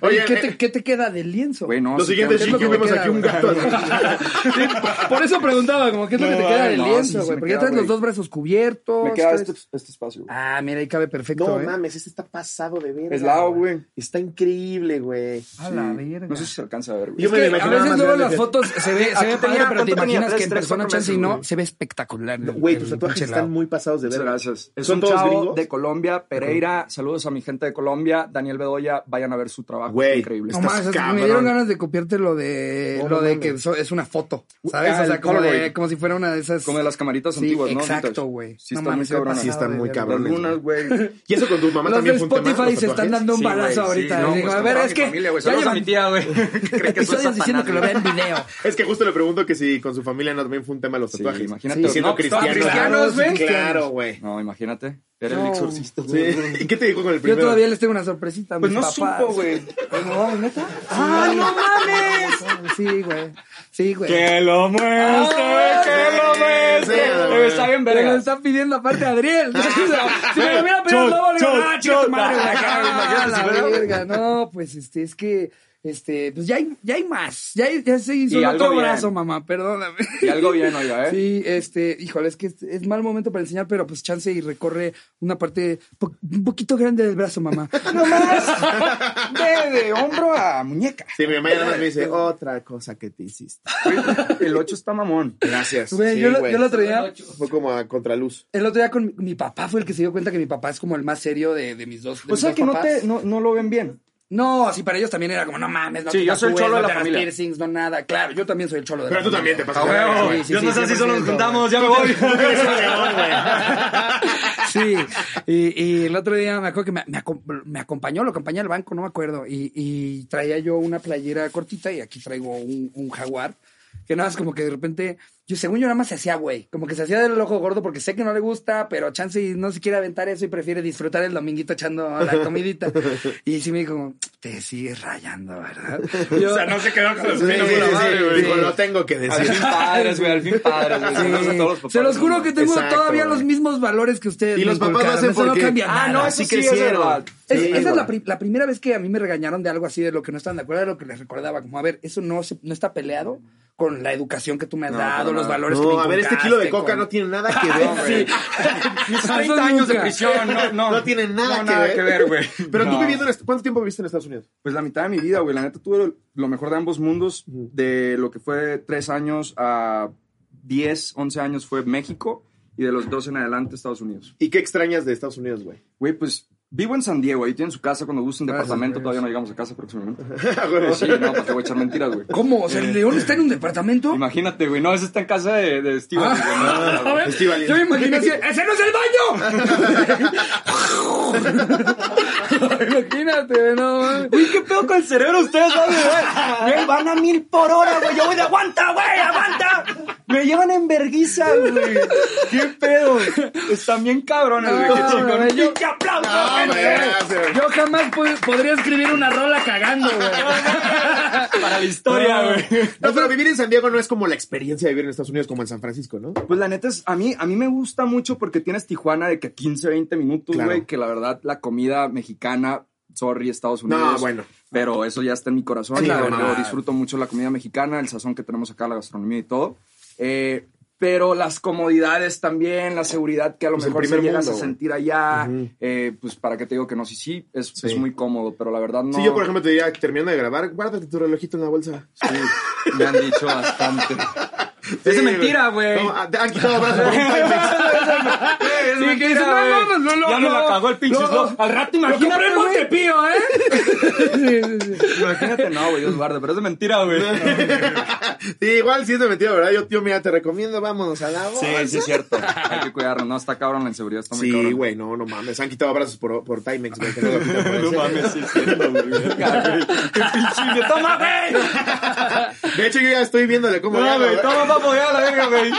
Oye,
Oye,
¿qué,
eh,
te, qué te queda del lienzo?
Güey, no.
Lo
sí,
siguiente
cabrón.
es
es lo
que
que me
vemos
queda,
aquí un gato.
Sí, Por eso preguntaba, como, ¿qué es lo
No,
que te queda del
no,
lienzo,
sí, sí
güey?
me
porque ya
queda,
traes los
güey.
dos brazos cubiertos.
Me queda
traes-
este, este espacio, güey.
Ah, mira, ahí cabe perfecto,
No
¿eh?
mames, este está pasado de verga.
Es lao, güey.
Está increíble, güey.
A la verga.
No sé si se alcanza a ver, güey.
Yo
Es
me
que
lo
a
imaginaba
veces
más
luego
grande,
las
fíjate.
fotos se ve, se ve
Aquí
padre,
tenía-
pero te
¿cuánto tenía?
imaginas que
Tres,
en
tres,
persona
cuatro
chance y
meses,
no,
güey.
se ve espectacular. el-
Güey, tus
el
tatuajes
pinche
están
lado.
muy pasados de
Muchas
verga.
gracias. Es
¿Son
un
todos
chavo
gringos?
de Colombia, Pereira. Saludos a mi gente de Colombia. Daniel Bedoya, vayan a ver su trabajo.
Güey.
Increíble.
No
Estás
mames, es- me
cabrón.
dieron ganas de copiarte lo de
No,
lo
no
de
mames.
que so- es una foto, ¿sabes?
Ah,
o sea,
el
como, de-
Polaroid.
como si fuera una de esas
Como de las camaritas
Sí,
antiguas, ¿no?
exacto,
Vintage.
güey.
Sí,
No
están muy
mames, se ve
cabronas.
Sí, están muy
Pasado
De
cabrones.
algunas,
güey.
güey.
Y eso con tu mamá
Los
también
de
fue un tema.
Spotify
los
se están
tatuajes?
dando un
Sí, güey,
balazo
sí,
ahorita. eh.
no,
Digo,
pues,
a
como
ver,
toda
es
mi
que
familia, güey.
ya
Saludos a mi
llevan
tía, güey. Cree que soy
episodios diciendo
Satanás,
que lo
güey.
vean en video.
Es que justo le pregunto que si con su familia no también fue un tema los tatuajes.
imagínate.
Y siendo
No, pues, todos
cristianos.
cristianos, güey.
Claro, güey.
No, imagínate. Era
No.
el exorcista. güey.
Sí. ¿Y qué te dijo con el
Yo
primero?
todavía les tengo una sorpresita a
Pues
mis
no
papás.
supo, güey.
No, ¿neta?
¡Ah, no mames!
Sí, güey. Sí, güey.
¡Que lo muestre!
Ah,
¡Que lo muestre!
sí,
Güey, Está bien,
Pero me lo
verga.
está pidiendo aparte Adriel. si me lo hubiera pedido
Chot,
Lobo, le digo,
chot,
ah, chica tu
chot.
madre, güey, acá,
Imagínate
a la
si fuera-
verga. No, pues este, es que, este, pues ya hay, ya hay más. Ya, hay- ya se hizo
Y algo
otro
bien.
brazo, mamá, perdóname.
Y algo bien, oiga, ¿eh?
Sí, este, híjole, es que es, es mal momento para enseñar, pero pues chance y recorre una parte po- un poquito grande del brazo, mamá.
Nomás de, de hombro a muñeca.
Sí, mi mamá ya nada más me dice, otra cosa que te hiciste.
El 8 está mamón.
Gracias.
Güey,
Sí,
yo, lo-
güey.
yo el otro día,
Fue como a contraluz.
el otro día con mi, mi papá fue el que se dio cuenta que mi papá es como el más serio de, de mis dos. de
O
mis
sea
dos
pues, que no,
papás.
te, no, no lo ven bien.
No, así para ellos también era como, no mames, no
Sí,
te
yo soy el
tatúes,
cholo
no
de la
te hagas
familia.
piercings, no nada. Claro, yo también soy el cholo de
Pero
la
tú también te
Ah,
pasas. de
huevo,
verga,
Ah, güey.
güey.
sí, Dios sí, nos hace, sí, solo nos 100%, juntamos,
ya me voy.
Tú eres el león, güey.
Sí, y, y el otro día me acuerdo que me, me acom- me acompañó, lo acompañé al banco, no me acuerdo, y, y traía yo una playera cortita y aquí traigo un, un jaguar, que nada más como que de repente, yo según yo nada más se hacía güey, como que se hacía del ojo gordo porque sé que no le gusta, pero chance y no se quiere aventar eso y prefiere disfrutar el dominguito echando a la comidita. Y sí me dijo, como, te sigues rayando, ¿verdad? Yo-
O sea, no se quedó con los
Sí,
pinos
sí,
por la
sí,
madre,
sí.
güey.
Dijo, lo tengo que
Al
decir.
fin padres, güey, al fin padres, güey.
Sí.
Saludos a todos los papás.
Se los juro que tengo
Exacto,
todavía
güey.
los mismos valores que ustedes.
Y
me
los papás lo
inculcaron,
hacen
eso
porque-
no cambia nada.
Ah, no,
Es-
eso
Así
sí es
crecieron.
verdad. Sí,
esa es
güey.
la, pri- la primera vez que a mí me regañaron de algo así, de lo que no estaban de acuerdo, de lo que les recordaba. Como, a ver, eso no, se- no está peleado con la educación que tú me has
No,
dado,
para
los
nada.
valores que me
No, a ver, este
inculcaste,
kilo de coca
con-
no tiene nada que ver, güey.
Sí. Mis 30 años de
nunca.
prisión, no, no.
No tiene nada
No,
que ver.
güey.
Pero tú
No.
viviendo en... est- ¿Cuánto tiempo viviste en Estados Unidos?
Pues la mitad de mi vida, güey. La neta tuve lo mejor de ambos mundos. De lo que fue 3 años a 10, 11 años fue México. Y de los 12 en adelante, Estados Unidos.
¿Y qué extrañas de Estados Unidos, güey?
Güey, pues Vivo en San Diego, ahí tienen su casa cuando gusten, departamento, todavía no llegamos a casa próximamente.
güey.
Sí, no, para qué voy a echar mentiras, güey.
¿Cómo? O sea, ¿el león está en un departamento?
Imagínate, güey, no, esa está en casa de, de Steve.
Ah,
güey, no, no, no,
a
güey.
ver,
Festival.
yo me imagino así, ¡ese no es el baño! Imagínate, no mames.
Uy, qué pedo con el cerebro ustedes, ¿sabes, güey? Güey, Van a mil por hora, güey. Yo voy de aguanta, güey, aguanta. Me llevan en verguiza, güey. Qué pedo. Están bien cabrones, güey. Qué
No,
chingón.
güey, yo-
¡Qué aplauso,
No,
gente!
hombre, gracias.
Yo jamás po- podría escribir una rola cagando, güey.
Para la historia, güey.
No, pero vivir en San Diego no es como la experiencia de vivir en Estados Unidos como en San Francisco, ¿no?
Pues la neta es, a mí, a mí me gusta mucho porque tienes Tijuana de que 15, 20 minutos,
Claro.
güey, que la verdad la comida mexicana, sorry, Estados
No,
Unidos.
bueno.
Pero eso ya está en mi corazón,
Sí,
la
no,
verdad.
no, no.
disfruto mucho la comida mexicana, el sazón que tenemos acá, la gastronomía y todo. Eh, pero las comodidades también, la seguridad que a lo
Pues el
mejor se
primer
llegas
mundo,
a
güey.
sentir allá.
Ujú.
eh, pues para qué te digo que no, sí, sí, es,
Sí.
es muy cómodo, pero la verdad no.
Sí, yo, por ejemplo, te diría, terminando de grabar, guárdate tu relojito en la bolsa.
Sí, me han dicho bastante. es
Sí,
mentira, güey.
No, ah, te han quitado abrazos por un Timex.
Es
Sí, que
mentira,
dice, no,
güey.
no, no, no,
Ya me
no.
la cagó el pinche
No.
Slob. Al rato
Lo compré
imagínate,
en
güey.
Montepío, ¿eh?
Imagínate, no, güey, Dios guarde, pero es de mentira, güey.
Sí, igual sí es de mentira, ¿verdad? Yo, yo, mira, te recomiendo, vámonos a la
Sí,
bolsa.
sí es cierto. Hay que cuidarnos, no, está cabrón la inseguridad, está muy
Sí,
cabrón.
güey, no, no mames. Han quitado abrazos por, por Timex, güey. que luego quitan por
No
ese.
mames, sí es cierto, güey. ¡Qué pinche indio! ¡Toma, güey!
De hecho, yo ya estoy viéndole cómo
No,
le
güey,
hago.
toma, papo, ya, la verga, güey.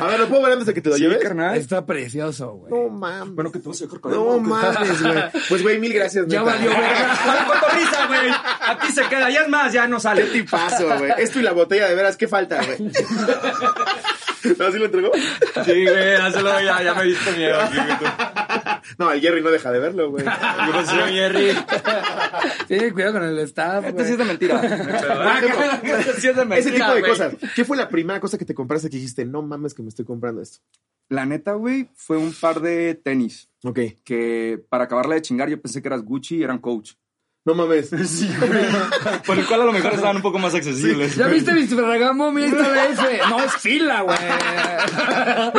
A ver, ¿lo puedo ver antes de que te lo lleves?
carnal.
Está precioso, güey.
No mames.
Bueno, que te vas a dejar con
No mames, güey. Pues, güey, mil gracias,
Ya
neta.
valió verga.
risa, güey. Aquí se queda, ya es más, ya no sale.
¿Qué tipazo, güey? Esto y la botella, de veras, ¿qué falta, güey? ¿No, sí lo entregó?
Sí, güey, dáselo, ya, ya me diste miedo. aquí, güey, tú.
No, el Jerry no deja de verlo, güey.
¿Qué pasó, Jerry?
Sí, cuidado con el staff,
Este
güey.
sí es de mentira. Este sí es de mentira.
Ese tipo de
güey.
cosas. ¿Qué fue la primera cosa que te compraste que dijiste, no mames que me estoy comprando esto?
La neta, güey, fue un par de tenis
Ok.
que para acabarla de chingar yo pensé que eras Gucci y eran Coach.
No mames.
Sí, güey. Por el cual a lo mejor estaban un poco más accesibles.
¿Ya viste mi Ferragamo? Mira, está la F. No, es fila, güey.
Es neta,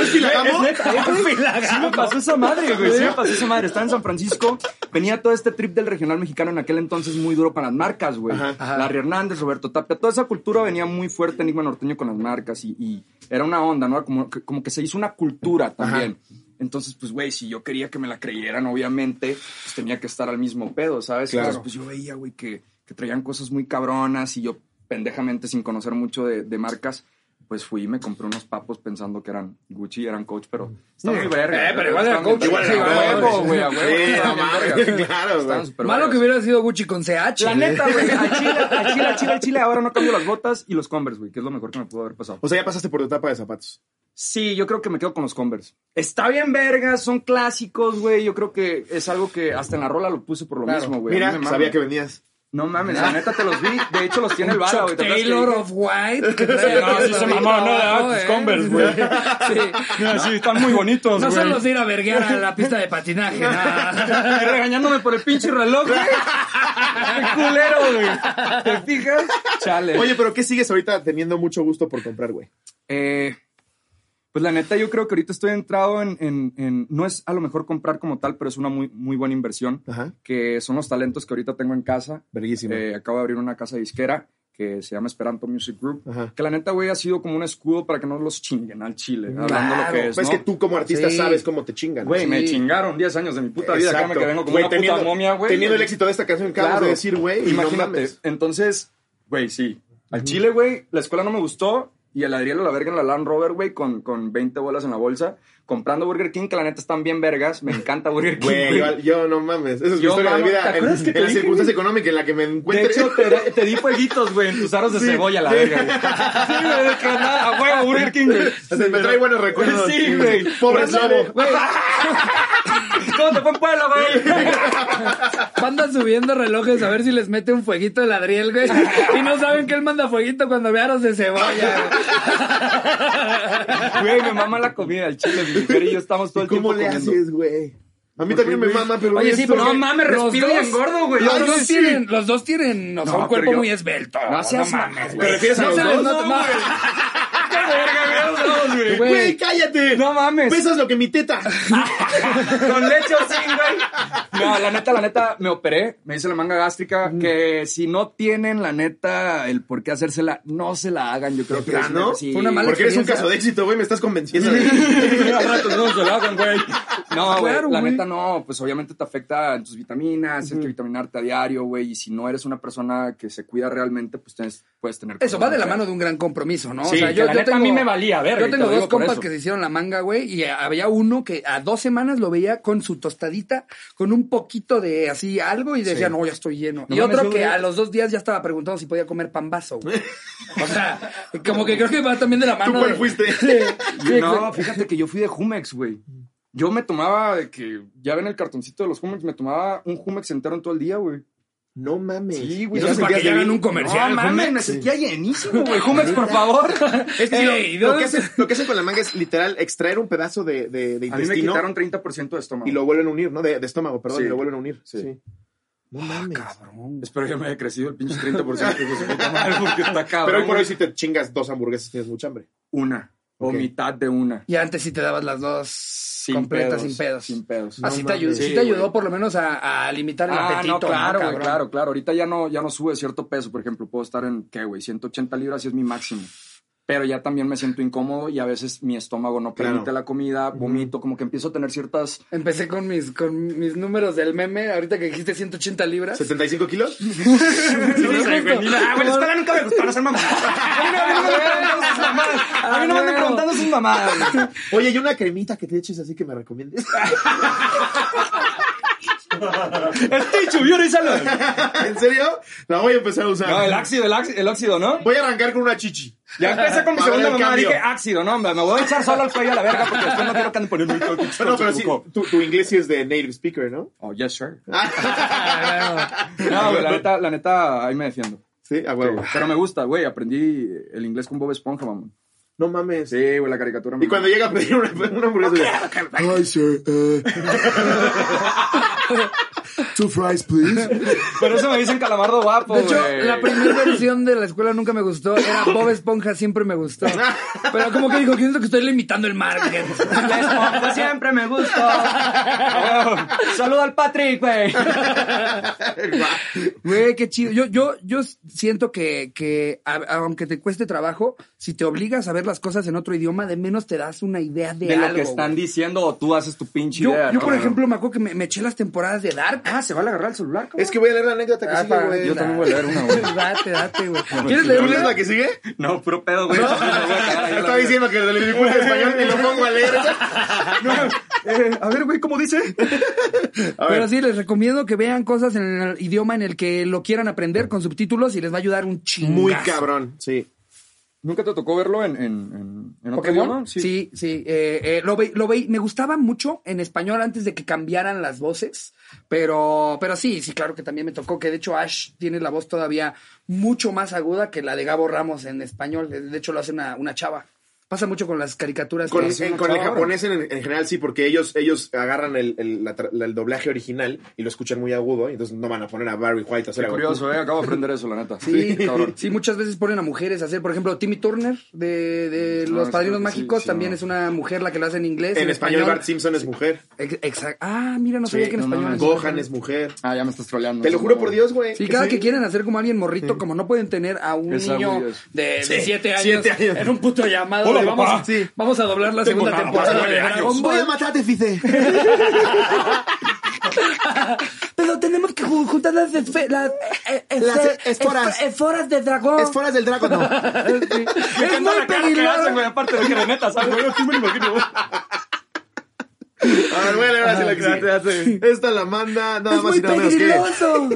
güey. Sí me pasó esa madre, güey. Sí me pasó esa madre. Estaba en San Francisco. Venía todo este trip del regional mexicano en aquel entonces muy duro para las marcas, güey.
Ajá.
Ajá.
Larry Hernández, Roberto Tapia. Toda esa cultura venía muy fuerte, Enigma Norteño, con las marcas. Y, y era una onda, ¿no? Como, que- como que se hizo una cultura también. Entonces, pues, güey, si yo quería que me la creyeran, obviamente, pues tenía que estar al mismo pedo, ¿sabes?
Claro.
Entonces, pues yo veía, güey, que, que traían cosas muy cabronas y yo, pendejamente, sin conocer mucho de, de marcas, pues fui y me compré unos papos pensando que eran Gucci y eran Coach, pero están muy verga.
Eh, pero igual era
Estaban
Coach,
bien
igual
verga.
era
A
Coach.
huevo, güey, a huevo.
Sí, no
Estaban bien
mames,
verga.
claro,
Estaban
güey.
súper
Malo
vergas.
que hubiera sido Gucci con CH.
La
güey.
neta, güey, a Chile, a Chile, a Chile, a Chile, ahora no cambio las botas y los Converse, güey, que es lo mejor que me pudo haber pasado.
O sea, ya pasaste por tu etapa de zapatos.
Sí, yo creo que me quedo con los Converse. Está bien vergas, son clásicos, güey. Yo creo que es algo que hasta en la rola lo puse por lo
Claro.
mismo, güey. A
Mira,
mí me
sabía
mama.
que venías.
No mames, la neta te los vi. De hecho, los tiene el bala, güey.
Chuck
¿Te acuerdas que
Taylor
dije?
of White.
no, sí se mamó, no, ah, tus Converse, güey.
Sí.
Mira, Ah, sí, están muy bonitos,
¿eh? No
güey.
son los de ir a verguear a la pista de patinaje, no.
Y regañándome por el pinche reloj, güey. Qué culero, güey. ¿Te fijas? Chale.
Oye, pero ¿qué sigues ahorita teniendo mucho gusto por comprar, güey?
Eh, pues la neta, yo creo que ahorita estoy entrado en, en- en- No es a lo mejor comprar como tal, pero es una muy, muy buena inversión.
Ajá.
Que son los talentos que ahorita tengo en casa.
Verguísimo.
Eh, acabo de abrir una casa disquera que se llama Esperanto Music Group.
Ajá.
Que la neta, güey, ha sido como un escudo para que no los chinguen al chile. Hablando lo que es.
Pues es
¿no?
que tú como artista
Sí.
sabes cómo te chingan.
Güey,
Sí.
me chingaron 10 años de mi puta vida.
Exacto.
Créeme que vengo como
Güey,
una puta momia, güey.
Teniendo el éxito de esta canción que acabas
Claro.
de decir, güey.
Imagínate.
Imagínate.
Entonces, güey, sí. Al Chile, güey, la escuela no me gustó. Y el Adriel a la verga en la Land Rover, güey, con, con 20 bolas en la bolsa. Comprando Burger King, que la neta están bien vergas. Me encanta Burger King.
Güey,
güey.
yo, yo no mames. Esa es mi
Yo,
historia
mama,
de vida.
¿te
En,
acuerdas que te
en la
dije,
circunstancia económica en la que me
De
encuentre.
hecho, te, te di fueguitos, güey, en tus aros de
Sí.
cebolla, la
Sí.
verga, güey. Sí, güey, de que nada, a huevo, Burger King, güey.
O sea, me trae buenos recuerdos.
Sí, güey.
Pobres
Ándale,
lobo.
güey. ¿Cómo te fue en Puebla, güey?
Andan subiendo relojes a ver si les mete un fueguito el Adriel, güey. Y no saben que él manda fueguito cuando ve aros de cebolla, güey.
Güey, me mama la comida, el chile. Mi mujer y yo estamos todo el tiempo
¿Cómo le
comiendo.
haces, güey? A mí también me mama, pero.
Oye, sí,
esto-
porque
No mames,
los
Ah, respiro y
dos-
engordo, güey.
Los
Claro
dos
que sí.
tienen, los dos tienen, o sea, un
No, pero
cuerpo
yo-
muy esbelto.
No seas mamón,
¿Te refieres a
No
los
se les
dos?
nota-
No, güey. ¡Qué verga, güey! pesos,
Güey,
güey.
Pues cállate.
No mames.
Pesas lo que mi teta.
Con leche o sin, güey. No, la neta, la neta, me operé, me hice la manga gástrica,
Mm.
que si no tienen, la neta, el por qué hacérsela, no se la hagan, yo creo que es-
¿No?
sí.
Fue una mala
Porque eres un
experiencia.
caso de éxito, güey. Me estás convenciendo.
Al rato no se la hagan, güey. No, güey,
Claro,
la
güey.
neta no, pues obviamente te afecta en tus vitaminas, tienes que vitaminarte a diario, güey, y si no eres una persona que se cuida realmente, pues tienes- puedes tener...
Eso va de la
cosas
mano de un gran compromiso, ¿no?
Sí, que la neta a mí me valía, verga,
Yo
y
tengo
te lo
dos
digo por
compas
eso.
que se hicieron la manga, güey, y había uno que a dos semanas lo veía con su tostadita, con un poquito de así algo y decía,
Sí.
no, ya estoy lleno.
No
y
mames,
otro
yo,
que
güey.
a los dos días ya estaba preguntando si podía comer pambazo, güey. O sea, como que creo que va también de la mano.
cuál
de-
fuiste?
Sí,
¿eh? no,
exacto.
fíjate que yo fui de Jumex, güey. Yo me tomaba de que, ya ven el cartoncito de los Jumex, me tomaba un Jumex entero en todo el día, güey.
No mames.
Sí, güey.
Eso es
Entonces,
para que
sentías
ya hagan
débil?
un comercial.
no, mames,
Jumex.
me sentía llenísimo, güey. Jumex, por favor.
Es que si lo-
Sí, lo, que hacen, lo que hacen con la manga es literal extraer un pedazo de, de- de
A mí me
intestino
quitaron 30% de estómago.
y lo vuelven a unir, ¿no? De, de estómago, perdón,
Sí.
y lo vuelven a unir.
Sí.
No mames.
Cabrón.
Espero que me haya crecido el pinche 30% de su puta madre, porque está cabrón.
Pero hoy por hoy
güey.
si te chingas dos hamburguesas tienes mucha hambre.
Una. O
Ok.
mitad de una.
Y antes sí te dabas las dos.
Sin
Completa,
pedos,
sin pedos.
Sin pedos.
Así
No
te ayudó,
mames.
sí
Sí,
te ayudó
güey.
por lo menos a, a limitar el
Ah,
apetito.
no, claro, güey,
cabrón?
claro, claro. Ahorita ya no, ya no sube cierto peso. Por ejemplo, puedo estar en, ¿qué, güey? 180 libras y es mi máximo. Pero ya también me siento incómodo y a veces mi estómago no
Claro.
permite la comida, vomito, como que empiezo a tener ciertas...
Empecé con mis, con mis números del meme, ahorita que dijiste 180 libras.
¿75 kilos?
Ah, güey, la escuela nunca me gustó hacer mamadas. A mí no- a mí no me preguntan sus mamadas. A
Ah,
mí no me andan preguntando sus mamadas. güey.
Oye, ¿y una cremita que te eches así que me recomiendes?
Estoy chubiurízalo.
¿En serio? La voy a empezar a usar.
No, el ácido, el ácido, el óxido, ¿no?
Voy a arrancar con una chichi.
Ya empecé con mi
Para ver
segunda
el
mamá,
cambio.
dije "Ah, ácido, no, hombre, me voy a echar solo al cuello a la verga porque después no quiero que anden poniendo
No, no, pero sí, tu, tu inglés sí es de native speaker, ¿no?
Oh, yes, sir.
Ah,
No, güey, la neta, la neta, ahí me defiendo.
Sí, a huevo.
Pero me gusta, güey, aprendí el inglés con Bob Esponja, mamón.
No mames.
Sí, güey, la caricatura.
Y cuando llega a pedir una, una hamburguesa,
Hi, sir. Uh, two fries, please.
Pero eso me dicen calamardo guapo,
De hecho,
güey.
la primera versión de la escuela nunca me gustó. Era Bob Esponja, siempre me gustó. Pero como que digo, siento que estoy limitando el market.
La Esponja siempre me gusta. Saludo al Patrick, güey.
Güey, qué chido. Yo, yo, yo siento que, que a- aunque te cueste trabajo, si te obligas a ver las cosas en otro idioma, de menos te das una idea de,
De lo
algo,
que están
güey.
diciendo o tú haces tu pinche
Yo,
idea.
yo
¿no?
por ejemplo, me acuerdo que me, me eché las temporadas de Dark.
Ah, se va a agarrar el celular, cabrón?
es que voy a leer la anécdota que
Ah,
sigue,
para-
güey.
yo también voy a leer una, güey.
date, date, güey. ¿Quieres
¿Quieres
¿Tú lees
leer
la que sigue?
No, puro pedo, güey.
Estaba diciendo que le dificulta el español y lo pongo a leer.
a ver, güey, ¿cómo dice?
A ver.
Pero sí, les recomiendo que vean cosas en el idioma en el que lo quieran aprender con subtítulos y les va a ayudar un chingo.
Muy cabrón, sí.
¿Nunca te tocó verlo en, en, en, en otro
Pokémon.
idioma?
Sí, sí. eh, eh, lo veí, lo veí, me gustaba mucho en español antes de que cambiaran las voces, pero, pero sí, sí, claro que también me tocó que de hecho Ash tiene la voz todavía mucho más aguda que la de Gabo Ramos en español. De hecho lo hace una, una chava. Pasa mucho con las caricaturas.
Con,
que-
en- con el japonés en, en general sí, porque ellos, ellos agarran el, el- la tra- la- el doblaje original y lo escuchan muy agudo, y entonces no van a poner a Barry White a hacer
Qué
algo.
curioso, eh. Acabo de aprender eso, la neta.
Sí,
cabrón.
sí, muchas veces ponen a mujeres a hacer, por ejemplo, Timmy Turner de, de
No,
Los
es
Padrinos
que sí,
Mágicos
sí,
también
no.
es una mujer la que lo hace en inglés.
En español Bart Simpson es mujer.
Exacto. Ah, mira, no sabía
Sí,
que en
no
español.
mames.
es-
Gohan es mujer.
Ah, ya me estás troleando.
Te lo juro por Dios, güey.
Sí, cada que quieren hacer como alguien morrito, como no pueden tener a un
Esa,
niño
güey, es-
de, de siete, años
siete años.
en un puto llamado.
Hola,
de,
papá.
vamos, a- sí, vamos a doblar la segunda
nada más
temporada de
nueve
Dragon
Voy a
Ball.
matarte, Fice.
Pero tenemos que ju- juntar las, esfe- las, eh, eh,
Las
esfe-
esforas.
esfo- esforas de dragón.
Es fuera del dragón.
Sí. Es
encanta
muy
la cara que hacen, güey,
peligroso.
Aparte de que le metas algo, yo sí me lo imagino.
A ver, voy a leer así la que sigue. Esta la manda nada
Es
más
muy
y nada menos que
peligroso.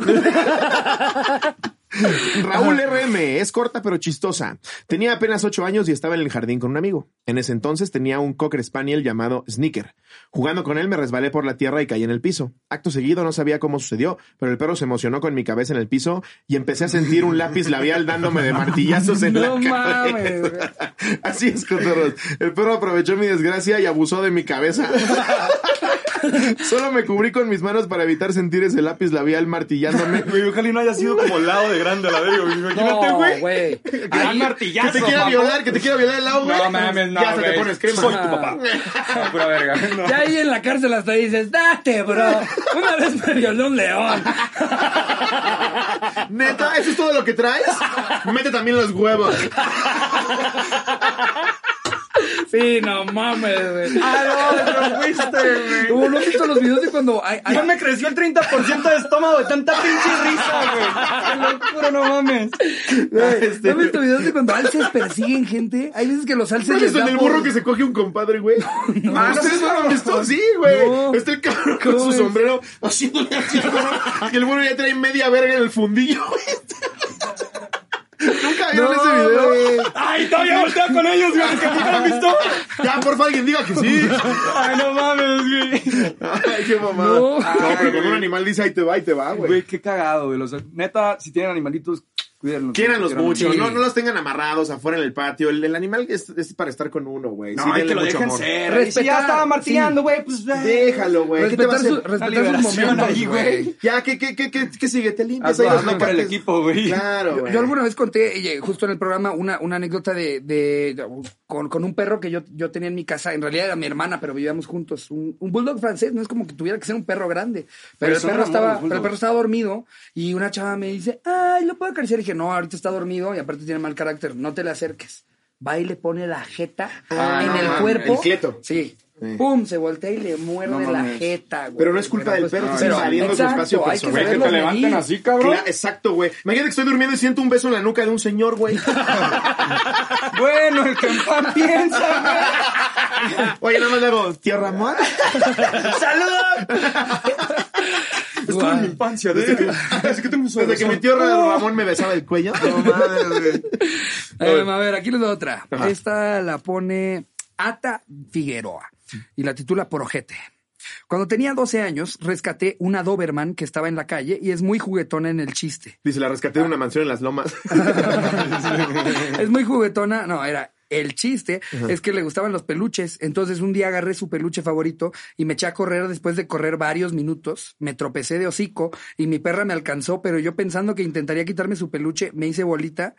Raúl RM. Es corta pero chistosa. Tenía apenas ocho años y estaba en el jardín con un amigo. En ese entonces tenía un cocker spaniel llamado Sneaker. Jugando con él me resbalé por la tierra y caí en el piso. Acto seguido no sabía cómo sucedió, pero el perro se emocionó con mi cabeza en el piso y empecé a sentir un lápiz labial dándome de martillazos en
No
la
mames, güey.
cabeza. Así es, cotorros. El perro aprovechó mi desgracia y abusó de mi cabeza. Solo me cubrí con mis manos para evitar sentir ese lápiz labial martillándome.
Güey, ojalá y no haya sido como lado de
llorando a la verga, güey. Imagínate,
No,
güey.
güey. Gran martillazo.
Que te quiera
mamón.
violar, que te quiera violar el lado, güey.
No mames, no.
Ya se te
güey.
pones crema.
Soy tu papá. Ah, Pura verga. No.
Ya ahí en la cárcel hasta dices, date, bro. Una vez me violó un león.
Neta, ¿eso es todo lo que traes? Mete también los huevos.
Sí, no mames, güey.
Ah, no, fuiste,
¿Tú no has visto los videos de cuando hay, hay-
Ya me creció el 30% de estómago de tanta pinche risa, güey. Ah, este, Qué locura, no mames.
Güey, ¿No has visto videos de cuando alces persiguen gente? Hay veces que los alces.
¿Sabes
les da
el del
por-
burro que se coge un compadre, güey? Ah, ¿ustedes no lo han visto? Sí,
No.
güey. Está el cabrón con
¿Cómo
su
ves?
sombrero haciéndole así al burro. Y el burro ya trae media verga en el fundillo, güey. ¿Nunca vieron
No,
ese video?
güey.
Ay, todavía voltea con ellos, güey. ¿Que nunca lo han visto?
Ya, porfa, alguien diga que sí.
Ay, no mames, güey.
Ay, qué mamada.
No.
No, pero con un animal dice, ahí te va, ahí te va, güey.
Güey, qué cagado, güey. O sea, neta, si tienen animalitos, cuídenlos.
Quiéranlos
Quiéranlos
mucho,
sí.
no, no los tengan amarrados afuera en el patio. El, el animal es, es para estar con uno, güey.
No,
Sí,
y que
denle
lo
mucho
dejen
amor.
ser. Y si ya
Respetar,
estaba martillando,
sí.
güey, pues... eh.
Déjalo, güey. ¿Qué te va a
Respetar,
hacer?
su, respetar sus
liberación
momentos,
ahí,
güey.
güey.
Ya, ¿qué, qué, qué, qué, qué sigue? Te limpias
Hazlo,
ahí los
hazlo por el
mecates.
equipo, güey.
Claro,
Yo-
güey.
Yo alguna vez conté, eh, justo en el programa, una, una anécdota de, de- de- con, con un perro que yo, yo tenía en mi casa. En realidad era mi hermana, pero vivíamos juntos. Un, un bulldog francés, no es como que tuviera que ser un perro grande. Pero,
Pero
el,
son
perro
amor
estaba,
los
pero el perro estaba dormido y una chava me dice, ay, ¿lo puedo acariciar? Y dije, no, ahorita está dormido y aparte tiene mal carácter, no te le acerques. Va y le pone la jeta
Ah,
en
no
el
mames.
cuerpo.
El cleto.
Sí.
Sí.
Pum, se voltea y le muerde
No
la
mames.
jeta, güey.
Pero no es culpa del perro,
pues,
que está invadiendo su
exacto,
espacio
hay que
personal.
saberlo
Que te
medir.
levanten así, cabrón.
Cla- exacto, güey. Imagínate que estoy durmiendo y siento un beso en la nuca de un señor, güey.
Bueno, el que en pan piensa, güey.
Oye, nada más le hago, tío Ramón.
Estuvo en mi infancia, desde que, desde que tengo uso de
Desde que mi
razón.
tío Ramón me besaba el cuello. No mames, güey.
Eh, a ver, aquí les doy otra. Esta la pone Ata Figueroa y la titula Por ojete. Cuando tenía 12 años, rescaté una Doberman que estaba en la calle y es muy juguetona en el chiste.
Dice, la rescaté de una mansión en las lomas.
es muy juguetona, no, era el chiste, es que le gustaban los peluches. Entonces un día agarré su peluche favorito y me eché a correr después de correr varios minutos. Me tropecé de hocico y mi perra me alcanzó, pero yo pensando que intentaría quitarme su peluche, me hice bolita.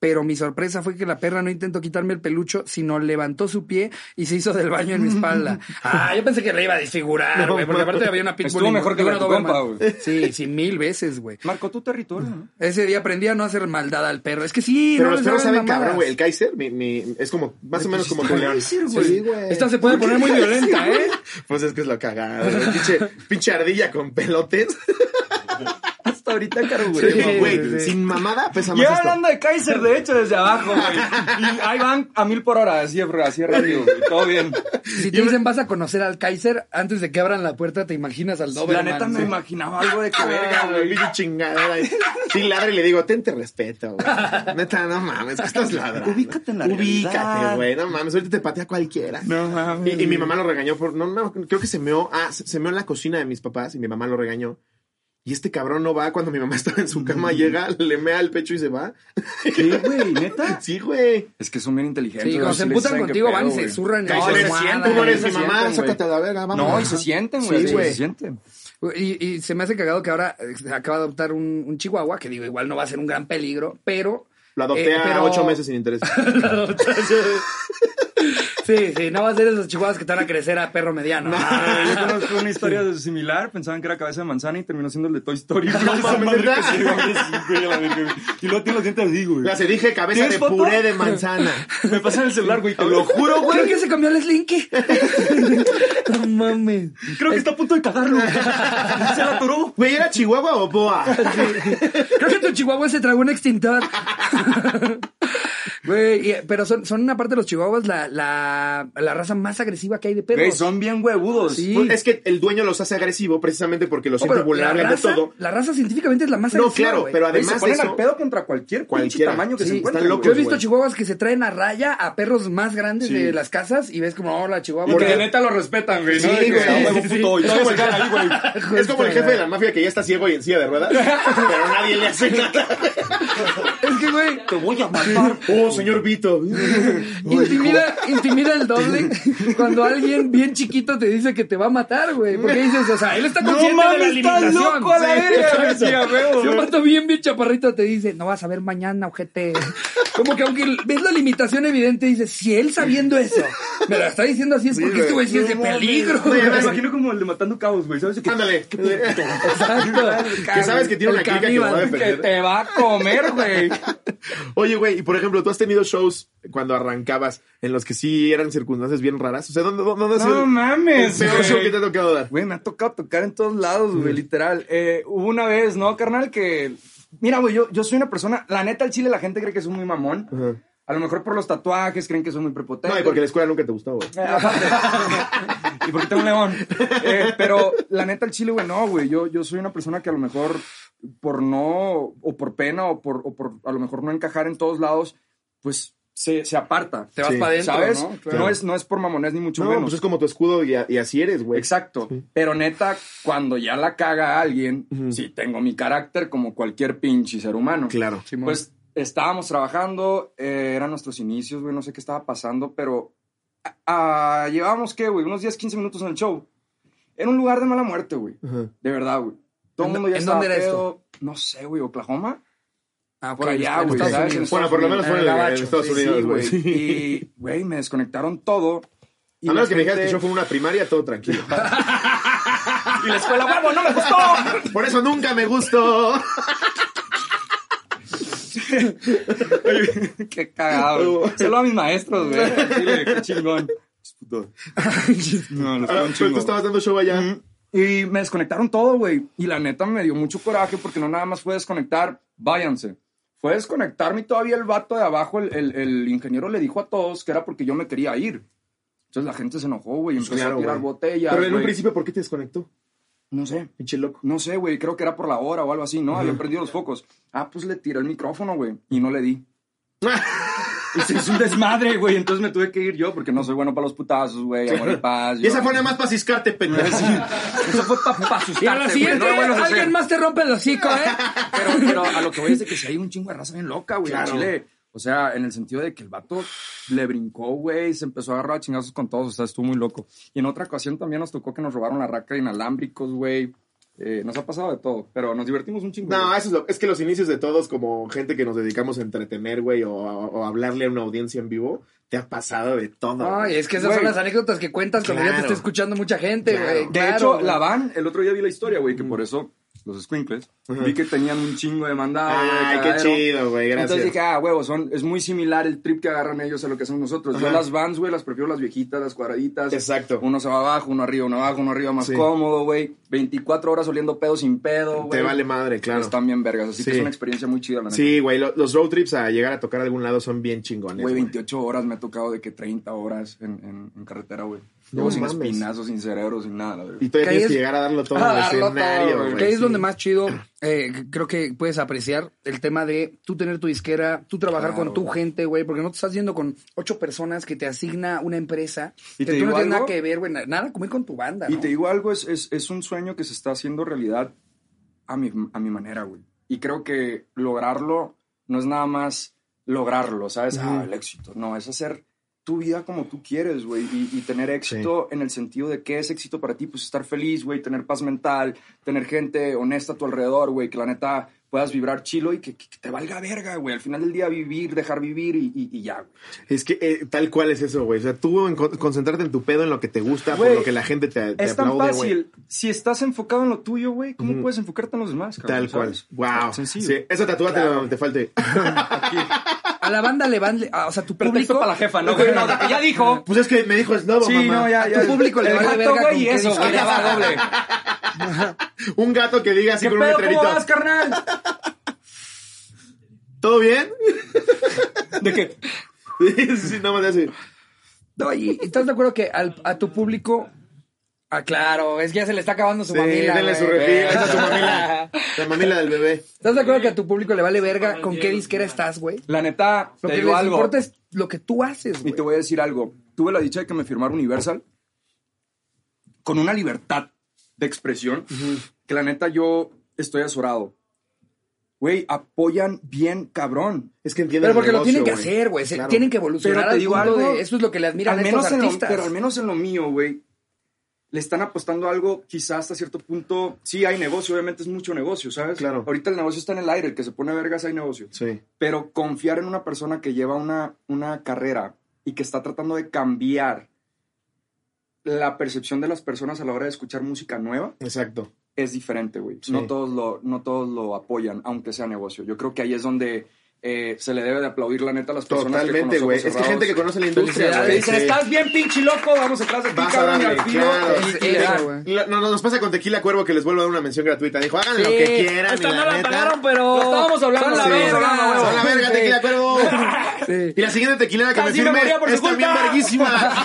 Pero mi sorpresa fue que la perra no intentó quitarme el pelucho, sino levantó su pie y se hizo del baño en mi espalda. Ah, yo pensé que le iba a desfigurar, güey, porque aparte había una pitbull.
Estuvo mejor que la
una
de tu
Doberman.
compa, güey.
Sí, sí, mil veces, güey.
Marcó tu territorio, ¿no?
Ese día aprendí a no hacer maldad al perro. Es que sí,
Pero
no
los
les
perros
hagan
saben
mamadas.
cabrón, güey. El Kaiser mi- mi- es como, más o menos como tu león.
Sí, güey. Esta se puede poner muy violenta, ¿eh?
Pues es que es lo cagado. güey. Pinche, pinche ardilla con pelotes.
Hasta ahorita, caro, güey.
Sí, güey.
sí, sí.
Sin mamada pesa
Llevan
más esto.
hablando de Kaiser, de hecho, desde abajo, güey. Y ahí van a mil por hora, así, así rápido, güey. Todo bien.
Si te dicen vas a conocer al Kaiser, antes de que abran la puerta te imaginas al
la
Doberman.
neta me
sí.
imaginaba algo de que
Ah,
verga,
güey,
güey.
pinche chingadera. Sí, ladra y le digo, ten te respeto, güey. Neta, no mames, que estás ladrando.
Ubícate en la realidad.
Ubícate, güey. No mames, ahorita te patea cualquiera.
No mames.
Y, y mi mamá lo regañó por. No, no, creo que se meó. Ah, se, se meó en la cocina de mis papás y mi mamá lo regañó. Y este cabrón no va cuando mi mamá estaba en su cama, llega, le mea el pecho y se va.
¿Qué, güey? ¿Neta?
Sí, güey.
Es que son bien inteligentes.
Sí, cuando
güey,
se
les
emputan
saben qué
contigo
pedo,
van y
güey.
se zurran. en
Ahí
la
se le
almohada,
sienten, no
güey.
eres mi mamá,
güey.
sácate a la verga, vamos.
No, y se sienten, güey.
Sí,
así
güey.
Se sienten.
Y, y se me hace cagado que ahora eh, se acaba de adoptar un, un chihuahua, que digo, igual no va a ser un gran peligro, pero...
Lo adopté
eh,
a
pero-
ocho meses sin interés.
Lo adopté hace- Sí, sí, no va a ser esos chihuahuas que te van a crecer a perro mediano.
Ah, yo conozco una historia de- similar, pensaban que era cabeza de manzana y terminó siendo el de Toy Story. güey,
No
esa
mames,
madre que
¿verdad?
se llama, es, güey, la verga, güey. Y luego tiene los dientes así, güey.
La se dije cabeza
¿Tienes
de
foto?
puré de manzana.
Me pasan el celular, güey, te lo juro, güey.
Creo que Ah, se cambió el slinky. No mames.
Creo que está a punto de cagarlo. Se la atoró.
Güey, ¿era Chihuahua o Boa?
Creo que tu chihuahua se tragó un extintor. Güey, y- pero son, son una parte de los chihuahuas la, la, la raza más agresiva que hay de perros.
Güey, son bien huevudos.
Sí.
Pues es que el dueño los hace agresivos precisamente porque los
No,
siente
pero
vulnerables
la
de
raza,
todo.
La raza científicamente es la más
No,
agresiva.
claro,
güey.
pero
Güey, se
además de
ponen al
eso,
pedo contra cualquier pinche
Cualquiera.
tamaño que
Sí,
se encuentre.
están
Yo he
locos,
visto
güey.
chihuahuas que se traen a raya a perros más grandes
Sí.
de las casas y ves como, hola, chihuahua.
Y que
Porque-
de neta lo respetan, güey.
Sí,
¿no? De que,
güey.
"Ah, huevo,
Sí,
puto", y todavía se quedan ahí, güey.
es como el jefe de la mafia que ya está ciego y en silla de ruedas, pero nadie le hace nada.
Es que, güey,
Te voy a matar.
Oh, señor Vito.
Intimida, intimida el doble cuando alguien bien chiquito te dice que te va a matar, güey. Porque dices, o sea, él está consciente de la limitación. Sí, exacto. Si un vato bien, bien chaparrito te dice, no vas a ver mañana, ojete. Como que aunque ves la limitación evidente, dices, si él sabiendo eso me lo está diciendo así, es porque este güey sí es de peligro.
Güey, me
güey.
imagino como el de Matando Cabos, güey. ¿Sabes qué?
Ándale.
Exacto.
Que sabes que tiene
El
una clica que lo
caníbal.
va a
Que
defender.
te va a comer, güey.
Oye, güey, y por ejemplo, ¿tú has tenido shows cuando arrancabas en los que sí eran circunstancias bien raras? O sea, ¿dónde, dónde, dónde ha sido
No mames,
el peor
güey.
show que te Mm. ha tocado dar?
Güey, me ha tocado tocar en todos lados, güey, literal. Eh, hubo una vez, ¿no, carnal? Que. Mira, güey, yo, yo soy una persona. La neta, al chile, la gente cree que soy muy mamón.
Ajá.
A lo mejor por los tatuajes creen que soy muy prepotente.
No, y porque la escuela nunca te gustó, güey.
Eh, aparte. y porque tengo un león. Eh, pero la neta, el chile, güey, no, güey. Yo, yo soy una persona que a lo mejor por no, o por pena, o por, o por a lo mejor no encajar en todos lados, pues se, se aparta.
Te vas
Sí.
para adentro,
¿Sabes?
¿no?
¿no?
Claro.
es, no es por mamonés ni mucho
No,
menos.
pues es como tu escudo y, a- y así eres, güey.
Exacto. Pero neta, cuando ya la caga alguien,
Ujú.
sí tengo mi carácter como cualquier pinche ser humano.
Claro.
Simón.
Pues estábamos trabajando, eh, eran nuestros inicios, güey, no sé qué estaba pasando, pero ah, llevábamos, ¿qué, güey? Unos 10, 15 minutos en el show. Era un lugar de mala muerte, güey.
Ajá.
De verdad, güey. Todo
¿En
el
do-
mundo ya
en
estaba
dónde era
pedo. No sé, güey, Oklahoma.
Ah,
Por
ok,
allá,
en
güey,
Estados
¿sabes?
Unidos.
Bueno, por lo menos fue en,
En el
en
gabacho.
Estados
Sí,
Unidos, güey.
güey. Y, güey, me desconectaron todo. Y
A menos
la
que me dijeras
gente-
que yo fue una primaria, todo tranquilo.
Y la escuela, huevo, no me gustó.
Por eso nunca me gustó.
Qué cagado. güey. Solo a mis maestros, güey. Así de, Qué chingón. No, los
Ah,
estaban
pero tú
chingón.
estabas dando show allá.
Y me desconectaron todo, güey. Y la neta me dio mucho coraje porque no nada más fue desconectar, váyanse. Fue desconectarme y todavía el vato de abajo, el, el- el ingeniero le dijo a todos que era porque yo me quería ir. Entonces la gente se enojó, güey. Empezó
Pues Claro,
a tirar
güey.
botellas.
Pero en un
güey.
principio, ¿por qué te desconectó?
No sé.
Pinche loco.
No sé, güey, creo que era por la hora o algo así, ¿no? Había perdido los focos. Ah, pues le tiré el micrófono, güey, y no le di. y se hizo un desmadre, güey, entonces me tuve que ir yo porque no soy bueno para los putazos, güey, amor y paz.
Y
yo-
esa fue nada más para ciscarte, pendejo.
Eso fue para asustarte,
Y a la
güey,
siguiente,
no lo vuelvas a hacer.
alguien más te rompe el hocico, ¿eh?
Pero, pero a lo que voy es de que si hay un chingo de raza bien loca, güey, al
Claro.
Chile. O sea, en el sentido de que el vato le brincó, güey, se empezó a agarrar a chingazos con todos, o sea, estuvo muy loco. Y en otra ocasión también nos tocó que nos robaron la raca de inalámbricos, güey. Eh, nos ha pasado de todo, pero nos divertimos un chingo. güey.
No, eso es, lo- es que los inicios de todos, como gente que nos dedicamos a entretener, güey, o, o hablarle a una audiencia en vivo, te ha pasado de todo.
Ay, es que esas son
Güey.
las anécdotas que cuentas cuando ya te
Claro.
está escuchando mucha gente,
Claro. Mm.
güey.
De
Claro,
hecho,
güey.
la van, el otro día vi la historia, güey, que por eso los squinkles, vi que tenían un chingo de mandado. güey,
Ay, qué
cagadero.
chido, güey,
Entonces dije,
gracias.
ah, huevo, son, es muy similar el trip que agarran ellos a lo que hacemos nosotros. Yo
Ajá.
las vans, güey, las prefiero las viejitas, las cuadraditas.
Exacto.
Uno se va abajo, uno arriba, uno abajo, uno arriba, más
Sí.
cómodo, güey. 24 horas oliendo pedo sin pedo, güey.
Te vale madre, claro.
Están bien vergas, así que
Sí.
es una experiencia muy chida, la neta.
Sí, güey, lo- los road trips a llegar a tocar a algún lado son bien chingones.
Güey,
güey.
28 horas me ha tocado de que 30 horas en, en- en carretera, güey.
No
Llevo sin
mames.
espinazos, sin cerebro, sin nada, la verdad.
Y todavía
Que ahí
tienes que
es-
llegar a darlo todo
a
en el
darlo
escenario,
todo,
güey.
Que ahí es
sí.
donde más chido, eh, creo que puedes apreciar el tema de tú tener tu disquera, tú trabajar
Claro,
con tu
güey.
gente, güey, porque no te estás yendo con ocho personas que te asigna una empresa.
Y
que
te
tú no
digo
tienes nada
algo.
que ver, güey, na- nada, como ir con tu banda.
Y
¿no?
te digo algo, es, es, es un sueño que se está haciendo realidad a mi, a mi manera, güey. Y creo que lograrlo no es nada más lograrlo, ¿sabes? Ah, el éxito. No, es hacer tu vida como tú quieres, güey. Y, y tener éxito en el sentido de qué es éxito para ti, pues estar feliz, güey, tener paz mental, tener gente honesta a tu alrededor, güey, que la neta puedas vibrar chilo y que, que- que te valga verga, güey. Al final del día vivir, dejar vivir y, y- y ya, güey.
Es que eh, tal cual es eso, güey. O sea, tú en con- concentrarte en tu pedo, en lo que te gusta, por
Güey,
lo que la gente te, te
Es tan
aplaude, güey.
fácil. Si estás enfocado en lo tuyo, güey, ¿cómo puedes enfocarte en los demás?
Tal
cabrón,
cual.
¿sabes?
Wow.
Sencillo.
Sí, eso tatúate donde te falte.
A la banda le van, ah, o sea, tu
Pretexto
público.
para la jefa, ¿no? Güey, no, de que ya dijo.
Pues es que me dijo Slobo,
Sí,
mamá.
no, ya,
A
ya.
tu público le
El
vale
gato,
verga con
güey,
qué
eso, güey, ya
disquera.
va doble.
Un gato que diga así
¿Qué
con un
pedo, cómo
letrerito.
vas, carnal?
¿Todo bien?
De que,
Sí, sí, nada más así.
No, y, y estás de acuerdo que al- a tu público. Ah, claro, es que ya se le está acabando su
Sí,
mamila.
denle
güey.
su refil, ahí está su mamila. La mamila del bebé.
¿Estás de acuerdo que a tu público le vale verga con qué disquera estás, güey?
la neta,
Lo
te
que
digo
les
algo.
importa es lo que tú haces,
Y
güey.
te voy a decir algo. Tuve la dicha de que me firmara Universal con una libertad de expresión que la neta yo estoy azorado. güey, apoyan bien cabrón.
Es que entienden
Pero porque
el
lo tienen que
negocio, güey.
hacer, güey. Se-
Claro.
Tienen que evolucionar
Pero te
al
digo
punto
algo,
de- Eso es lo que le admiran a
al
estos
menos en lo,
artistas.
pero al menos en lo mío, güey, le están apostando a algo, quizás hasta cierto punto, sí hay negocio, obviamente es mucho negocio, ¿sabes?
Claro.
Ahorita el negocio está en el aire, el que se pone vergas hay negocio.
Sí.
Pero confiar en una persona que lleva una, una carrera y que está tratando de cambiar la percepción de las personas a la hora de escuchar música nueva
Exacto.
es diferente, güey.
Sí.
No, todos lo, no todos lo apoyan, aunque sea negocio. Yo creo que ahí es donde eh, se le debe de aplaudir la neta a las personas
Totalmente,
que con los
güey.
ojos
Es que gente que
cerrados
conoce la industria,
Felicidades.
güey.
Dicen,
sí.
estás bien pinche loco, vamos atrás de ti,
Vas a
cabrón, y al
darle,
tiro.
claro.
te-
Sí,
te-
claro.
te-
güey.
La- No, no, nos pasa con Tequila Cuervo que les vuelvo a dar una mención gratuita. Dijo, hagan lo que quieran. y
Esta no la
neta-
pagaron, pero.
Lo estábamos hablando,
Son la
sí.
verga.
Son la verga, Tequila Cuervo.
Sí.
Y la siguiente tequila que me
Casi me
firme
moría por
es
su
también
culpa.
verguísima.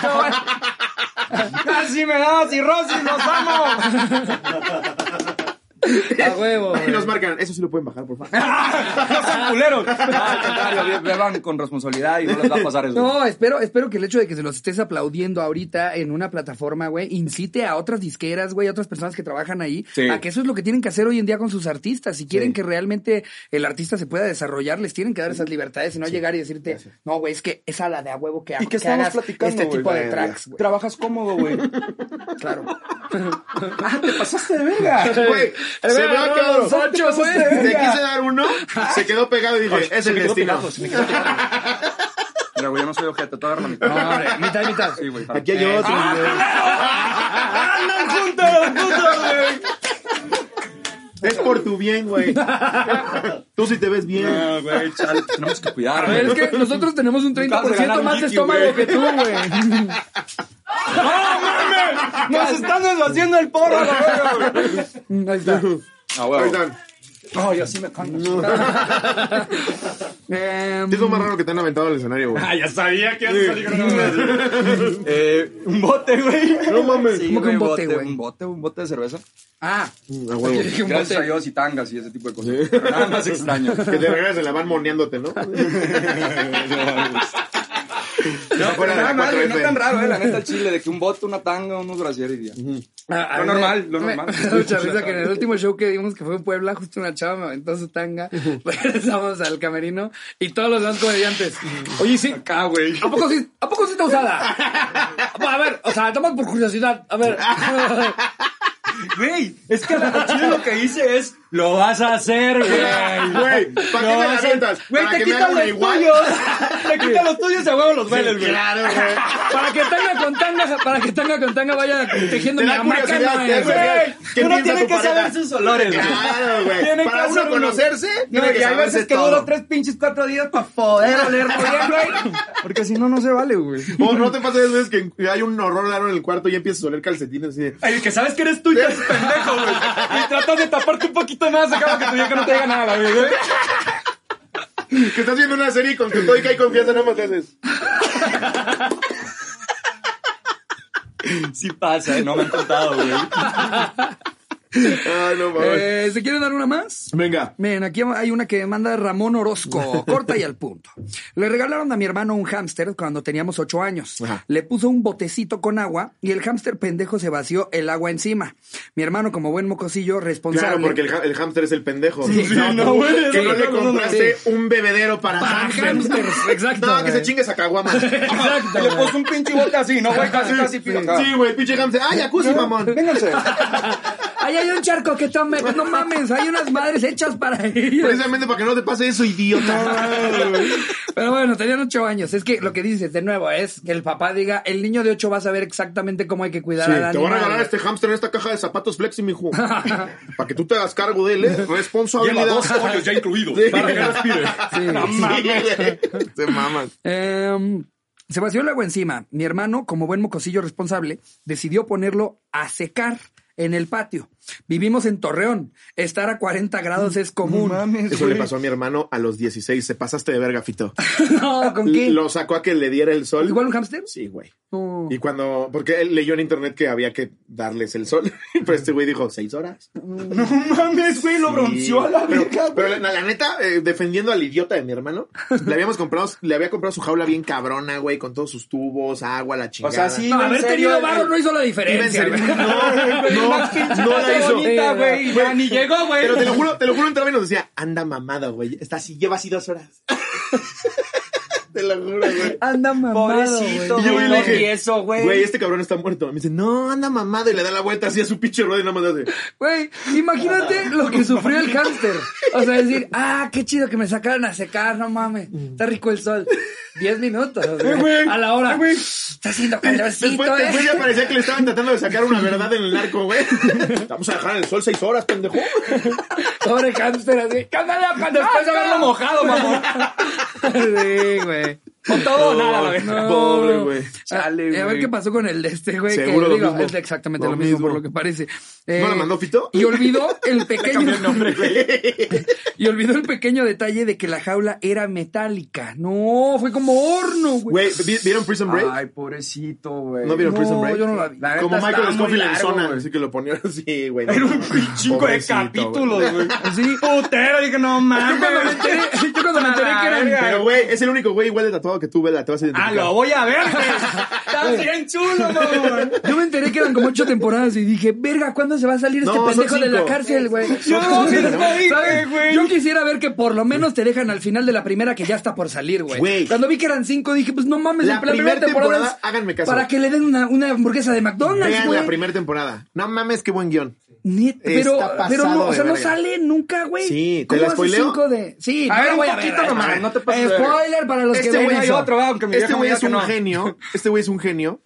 Casi me da cirrosis, los amo.
A huevo.
Y
güey.
nos marcan. Eso sí lo pueden bajar, por favor.
No sean culeros. No, Ah, al contrario, beban con responsabilidad y no les va a pasar eso.
No, espero, espero que el hecho de que se los estés aplaudiendo ahorita en una plataforma, güey, incite a otras disqueras, güey, a otras personas que trabajan ahí,
Sí.
a que eso es lo que tienen que hacer hoy en día con sus artistas. Si quieren
Sí.
que realmente el artista se pueda desarrollar, les tienen que dar esas libertades y no llegar y decirte, no, güey, es que es a la de a huevo que, ha-
¿Y qué
que
estamos
hagas
platicando,
este
güey?
tipo de
Vaya,
tracks, güey.
Trabajas cómodo, güey.
Claro.
Ah, te pasaste de verga.
Güey, se
Güey,
ve
no,
cabrón.
los ocho, güey.
Te quise dar uno, se quedó pegado y dije, es el destino.
Mira, güey, yo no soy ojete, te voy a dar la mitad.
No, hombre, mitad y mitad.
Sí, güey.
Aquí hay
Ah,
otro. güey.
¡Andan juntos, juntos, güey!
Es por tu bien, güey. Tú sí te ves bien.
No, güey, chale, tenemos que cuidar,
A ver, es
güey.
que nosotros tenemos un
Acabas de ganar
30%
un
más de
Kiki,
estómago
güey.
que tú, güey.
¡Nos están deshaciendo el poro, la verga, güey!
Ahí está.
Ah,
Ahí
güey.
están.
Ay, así me canto.
Em,
Sí, Es lo más raro que te han aventado al escenario, güey.
ya sabía que ibas a salir con una- Eh, Un bote, güey.
No mames.
¿Cómo que un bote, güey?
Un bote, un bote de cerveza.
ah,
A huevo.
dije un
Gracias a
bote.
Dios y tangas y ese tipo de cosas. Pero Nada más extraño.
Que te regresas en la van moneándote, ¿no?
No,
fuera
pero
de la
nada más, güey, no
4F.
tan raro, eh, la neta, el chile, de que un bote, una tanga, unos brasieres y ya.
Ah, a
Lo
mí me-
normal, lo
me-
normal.
me da mucha risa que en el último show que dimos, que fue en Puebla, justo una chava me aventó su tanga. Regresamos al camerino y todos los demás comediantes. Oye, sí.
Acá, güey.
¿A poco sí, ¿a poco sí está usada? A ver, o sea, estamos por curiosidad. A ver.
Güey, es que la al chile lo que hice es, lo vas a hacer, güey.
Güey, ¿para qué me la
vas a-
avientas?
Güey,
¿Para
te
que me haga
quitan
una
los
igual?
tuyos. Te quitan los tuyos y a huevo los bailes, güey.
Claro, güey.
Para que tanga con tanga, para que tanga con tanga vaya tejiendo
Te
mi
da
hamaca.
curiosidad,
no,
te da
güey.
curiosidad.
Güey,
¿Qué
uno
piensa
tiene
tu
que
pareja?
saber sus olores, güey.
Claro,
Tiene
güey.
que
Para uno
hacer uno.
conocerse,
No,
tiene que
y hay veces
saberse
que
todo.
dura tres pinches cuatro días para poder olerlo bien, güey. Porque si no, no se vale, güey.
O no te pasa esas veces que hay un horror raro en el cuarto y empiezas a oler calcetines así de...
Ay, es que sabes que eres tú y te haces pendejo, güey. Y tratas de taparte un poquito más, acaba que tu vieja no te diga nada, güey.
Que estás viendo una serie y con tu todo y que hay confianza nada más te haces.
Sí pasa, eh, no me han contado, güey.
Ay, Ah, no mames.
Eh, ¿Se quieren dar una más?
Venga.
Miren, aquí hay una que manda Ramón Orozco, corta y al punto. Le regalaron a mi hermano un hámster cuando teníamos ocho años.
Ajá.
Le puso un botecito con agua y el hámster pendejo se vació el agua encima. Mi hermano, como buen mocosillo, responsable.
Claro, porque el, ha- el hámster es el pendejo.
Sí, no,
güey,
Que no
sí,
le
no, no, no,
compraste un bebedero para,
Para hámsters, exacto,
No, que
güey.
se chingue esa caguama.
Exacto.
Le
güey.
puso un pinche bote así, ¿no, güey? Casi, casi, pino.
Sí, güey, pinche hámster. ¡Ay, acusi, mamón!
Vénganse.
Ahí hay un charco que tome. pues No mames, hay unas madres hechas para ellos.
Precisamente para que no te pase eso, idiota.
Pero bueno, tenían ocho años. Es que lo que dices, de nuevo, es que el papá diga, el niño de ocho va a saber exactamente cómo hay que cuidar
Sí,
al
te voy a
animal,
regalar
güey.
este hámster en esta caja de zapatos flexi, mijo. para que tú te hagas cargo de él, ¿eh? Responsabilidad.
pollos ya incluidos.
para que
respire.
Sí.
Se mamas.
Em, se vació el agua encima. Mi hermano, como buen mocosillo responsable, decidió ponerlo a secar en el patio. Vivimos en Torreón. Estar a 40 grados es común.
Eso le pasó a mi hermano a los 16. Se pasaste de verga, Fito.
No, Ah, ¿con qué?
Lo sacó a que le diera el sol.
¿Igual un hámster?
Sí, güey.
No.
Y cuando, porque él leyó en internet que había que darles el sol, pero este güey dijo, ¿seis horas?
No mames, güey, lo bronceó a la
Pero-
verga,
Pero la, la neta, eh, defendiendo al idiota de mi hermano, le habíamos comprado, le había comprado su jaula bien cabrona, güey, con todos sus tubos, agua, la chingada.
sí,
No, haber tenido barro no hizo la
Iba eh, en
diferencia.
serio.
güey.
No, no, no la lo hizo.
bonita, güey. y ya Ni llegó, güey.
Pero te lo juro, te lo juro, entraba y nos decía, anda mamada, güey. Está así, lleva así dos horas. te lo juro, güey.
Anda mamado,
Pobrecito,
güey.
Y yo
güey.
le
lo
dije,
tieso,
Güey,
güey.
este cabrón está muerto. Me dice, no, anda mamado. Y le da la vuelta así a su pinche rueda y nada más hace.
Güey, imagínate lo que sufrió el hámster. O sea, decir, ah, qué chido que me sacaron a secar, no mames. Está rico el sol. Diez minutos. o sea,
Mm. Eh, güey,
a la hora.
eh, güey.
Está haciendo
Después,
calorcito,
después ya
eh.
parecía que le estaban tratando de sacar una verdad en el arco, güey. Vamos a dejar en el sol seis horas, pendejo.
Sobre hámster, así. ¡Cándale,
Después de haberlo mojado, mamón.
Sí, güey.
Con todo o nada, la verga.
No.
Pobre, güey.
Chale,
Eh, A ver
güey.
qué pasó con el de este, güey. que
Seguro lo
digo,
mismo.
Es exactamente
Lo
lo, mismo,
mismo.
por lo que parece.
¿No
Eh,
la mandó Fito?
Y olvidó el pequeño.
güey.
y olvidó el pequeño detalle de que la jaula era metálica. No, fue como horno, güey.
Güey, ¿vi- ¿vieron Prison Break?
Ay, pobrecito, güey.
¿No vieron
no,
Prison Break?
yo no la vi.
La neta
Como
está
Michael
muy
Scofield en
largo,
zona.
güey.
Así que lo ponían así, güey.
Era
No,
un chingo
pobrecito,
de
güey.
capítulos, güey.
Sí.
Putero, dije,
Yo
no
cuando me
mames.
enteré, yo cuando me enteré que eran.
Pero, güey, es el único güey igual de tatuado que tú, Vela. Te vas a
Ah,
identificar.
lo voy a ver, güey. Está bien chulo, mamón.
Yo me enteré que eran como ocho temporadas y dije, verga, ¿cuándo se va a salir
No,
este
son
pendejo de la
cinco.
cárcel, güey?
Yo mismo dije,
¿Sabes?
güey.
Yo quisiera ver que por lo menos te dejan al final de la primera que ya está por salir, güey.
Güey.
Cuando vi que eran cinco, dije, pues no mames,
La
en
primera temporada,
es
háganme caso.
Para que le den una, una hamburguesa de McDonald's,
Vean
güey.
la primera temporada. No mames, qué buen guión.
Net- pero,
Está pasado
pero no, o
de
sea, no
verga.
sale nunca, güey.
Sí, ¿te
¿Cómo
la
hace
spoileo?
cinco de... Sí,
A
no
ver,
la voy
un
a ver,
poquito
a ver,
nomás,
a ver.
no te pases de verga.
Spoiler para los que
Este
ven
güey
eso.
hay otro, ¿verdad? Aunque mi
Este
vieja me
güey
diga
es
que
un
no.
genio. Este güey es un genio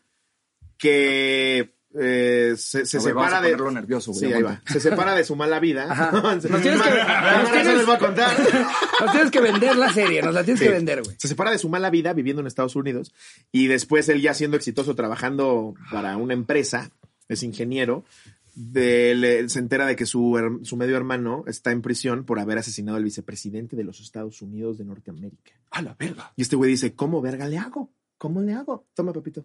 que eh, se, se
A ver, vamos
separa
a
de.
ponerlo nervioso, güey,
Sí, ahí va.
aguanta.
Se separa de su mala vida.
Ajá. Nos tienes que-
Ahora
nos
se
tienes-
les va a contar.
Nos tienes que vender la serie, nos la tienes que
Sí.
vender, güey.
Se separa de su mala vida viviendo en Estados Unidos y después él ya siendo exitoso trabajando para una empresa, es ingeniero, de- le- se entera de que su, her- su medio hermano está en prisión por haber asesinado al vicepresidente de los Estados Unidos de Norteamérica.
A la verga.
Y este güey dice, ¿cómo verga le hago? ¿Cómo le hago? Toma, papito.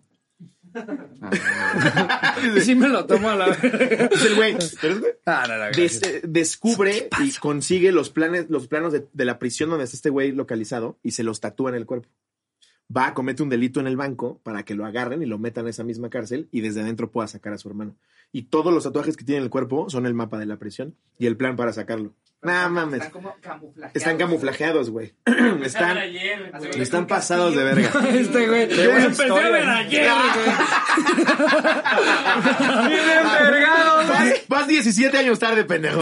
Ah,
Y sí me lo tomo a la verga.
Es el güey. pero es güey.
Ah, no, no, gracias.
Des- eh, descubre y consigue los planes, los planos de, de la prisión donde está este güey localizado y se los tatúa en el cuerpo. Va, comete un delito en el banco para que lo agarren y lo metan a esa misma cárcel y desde adentro pueda sacar a su hermano. Y todos los tatuajes que tiene en el cuerpo son el mapa de la prisión y el plan para sacarlo. Nah, mames. Están camuflajeados, güey. Están, están pasados de verga.
Este güey.
buena Ah.
Empecé a ver ayer,
Bien vergado.
Vas, vas 17 años tarde, pendejo.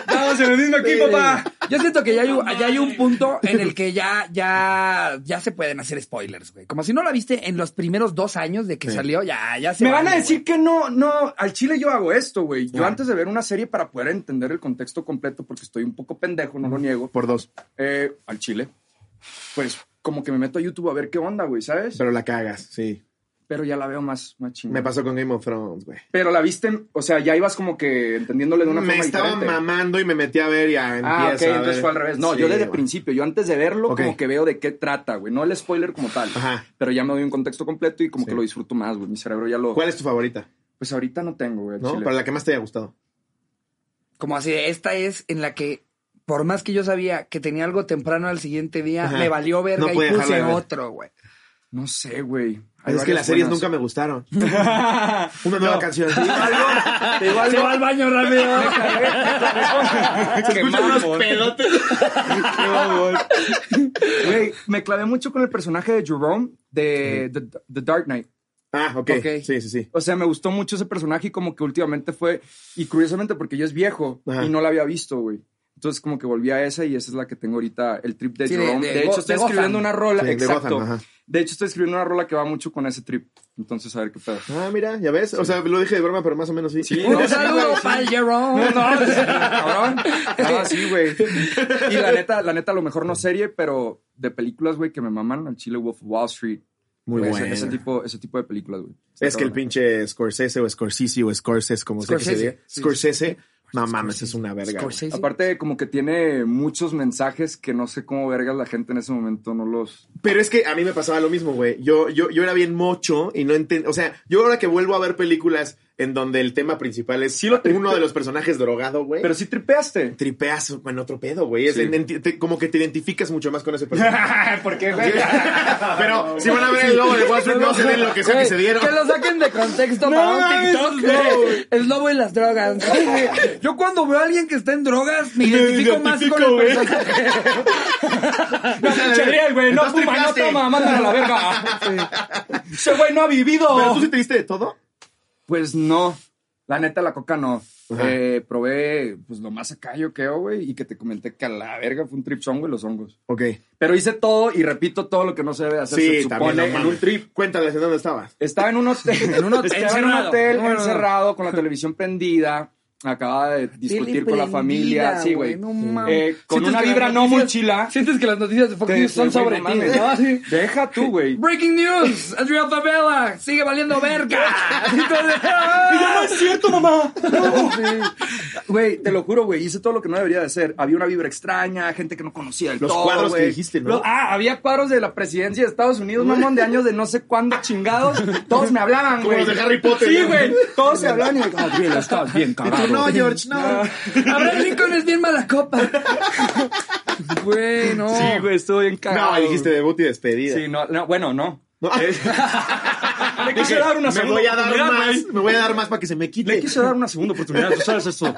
Estamos en el mismo equipo, pa.
güey. Yo siento que ya hay, un- ya hay un punto en el que ya, ya, ya se pueden hacer spoilers, güey. Como si no la viste en los primeros dos años de que salió, ya, ya se.
Me van
vale,
a decir
güey.
que no, no, al chile yo hago esto, güey. Yo antes de ver una serie para poder entender el contexto completo, porque estoy un poco pendejo, no lo niego,
Por dos.
eh, al chile, pues como que me meto a YouTube a ver qué onda, güey, ¿sabes?
Pero la cagas, sí.
Pero ya la veo más, más chingada.
Me pasó con Game of Thrones, güey.
Pero la viste, o sea, ya ibas como que entendiéndole de una
me
forma
estaba
diferente.
mamando y me metí a ver y ya empieza
Ah, ok,
a ver.
entonces fue al revés. No,
Sí,
yo desde
güey.
principio, yo antes de verlo,
Ok.
como que veo de qué trata, güey. No el spoiler como tal,
Ajá.
pero ya me doy un contexto completo y como
Sí.
que lo disfruto más, güey. Mi cerebro ya lo.
¿Cuál es tu favorita?
Pues ahorita no tengo, güey. al
¿No?
chile.
Para la que más te haya gustado.
Como así, de, esta es en la que. Por más que yo sabía que tenía algo temprano al siguiente día,
Ajá.
me valió verga
No
y
puede
puse
dejarla de ver.
otro, güey.
No sé, güey. Hay
Es que
varias
las series
buenas.
nunca me gustaron. Una nueva canción.
Te digo algo,
al baño rápido.
Qué mamón. Qué mamón. Güey, me clavé mucho con el personaje de Jerome de The, The Dark Knight.
Ah, ok.
Ok.
Sí, sí, sí.
O sea, me gustó mucho ese personaje y como que últimamente fue, y curiosamente porque yo es viejo
Ajá.
y no la había visto, güey. Entonces como que volví a esa y esa es la que tengo ahorita, el trip de
Sí, de-
Jerome.
de
De,
Go-
hecho, estoy
de Gotham.
escribiendo una rola,
Sí, de
exacto.
Gotham, ajá.
de hecho, estoy escribiendo una rola que va mucho con ese trip. Entonces, a ver qué pedo.
Ah, mira, ya ves. O sea, lo dije de broma, pero más o menos sí.
Sí.
Un saludo
Sí.
para el Jerome.
no, cabrón. No, sí, güey. Y la neta, la neta, a lo mejor no serie, pero de películas, güey, que me maman al Chile Wolf of Wall Street.
Muy
Güey,
buena.
Pues, Ese, ese tipo, ese tipo de películas, güey. Está
Es que el
cabrón.
pinche Scorsese o Scorsese o Scorsese, como sea que se
Scorsese.
diga. Scorsese, no mames, es una verga. güey.
Scorsese.
Aparte, como que tiene muchos mensajes que no sé cómo vergas la gente en ese momento no los.
Pero es que a mí me pasaba lo mismo, güey. Yo, yo, yo era bien mocho y no entendía. O sea, yo ahora que vuelvo a ver películas en donde el tema principal es
Sí lo tripe-
uno de los personajes drogado, güey.
Pero sí tripeaste.
tripeas en otro pedo, güey. Es
Sí.
en- en- te- como que te identificas mucho más con ese personaje.
¿Por qué, güey?
Pero si van a ver el logo de Wall Street, no se den lo que sea que se dieron.
Que lo saquen de contexto
No
para un
mames,
TikTok.
no,
güey. El lobo y las drogas. Sí, güey. Yo cuando veo a alguien que está en drogas, me
Me
identifico más con
identifico,
el
güey.
personaje.
Ah,
Chirriel, güey, no
Entonces
fuma, no
tripeaste.
toma, mándalo a la verga. Ese güey no ha vivido.
Pero tú sí te diste de todo.
Pues no. La neta, la coca no. Eh, probé, pues lo más acá yo creo, güey, y que te comenté que a la verga fue un trip güey, los hongos.
Ok.
Pero hice todo y repito todo lo que no se debe hacer, se
Sí, también.
supone,
no
en un
mames.
trip.
Cuéntales en dónde estabas.
Estaba en un hotel, en un hotel, estaba en un
Encerrado.
hotel
No, no, no.
encerrado con la televisión prendida. Acababa de discutir con la familia, sí, güey.
No mames.
Eh, con
Sientes
una
que las
vibra no
noticias-
muy chila.
Sientes que las noticias de Fox
te-
News son
güey,
sobre
no
ti,
mames.
¿no? Así.
Deja tú, güey.
Breaking news, Adrián Favela sigue valiendo verga. Así todo de- ¡Ah!
es cierto, mamá. Güey, te lo juro, güey. Hice todo lo que no debería de hacer. Había una vibra extraña, gente que no conocía del
Los
todo,
cuadros que
güey.
dijiste, ¿no?
Lo- ah, había cuadros de la presidencia de Estados Unidos, mamón, de años de no sé cuándo chingados. Todos me hablaban,
Como
güey.
los de Harry Potter,
Sí,
¿no?
güey. Todos se hablaban y me decían, Gabriela, estás bien, cagado.
George, no.
Ah.
Abraham Lincoln es bien mala copa. Güey, no.
Sí, güey, estuve bien cagado.
No, dijiste debut y despedida.
Sí, no, no, bueno, no.
No.
Le quise dar una
me
segunda
voy a dar
oportunidad,
más,
güey.
me voy a dar más para que se me
Le
quite.
quise dar una segunda oportunidad, tú sabes eso.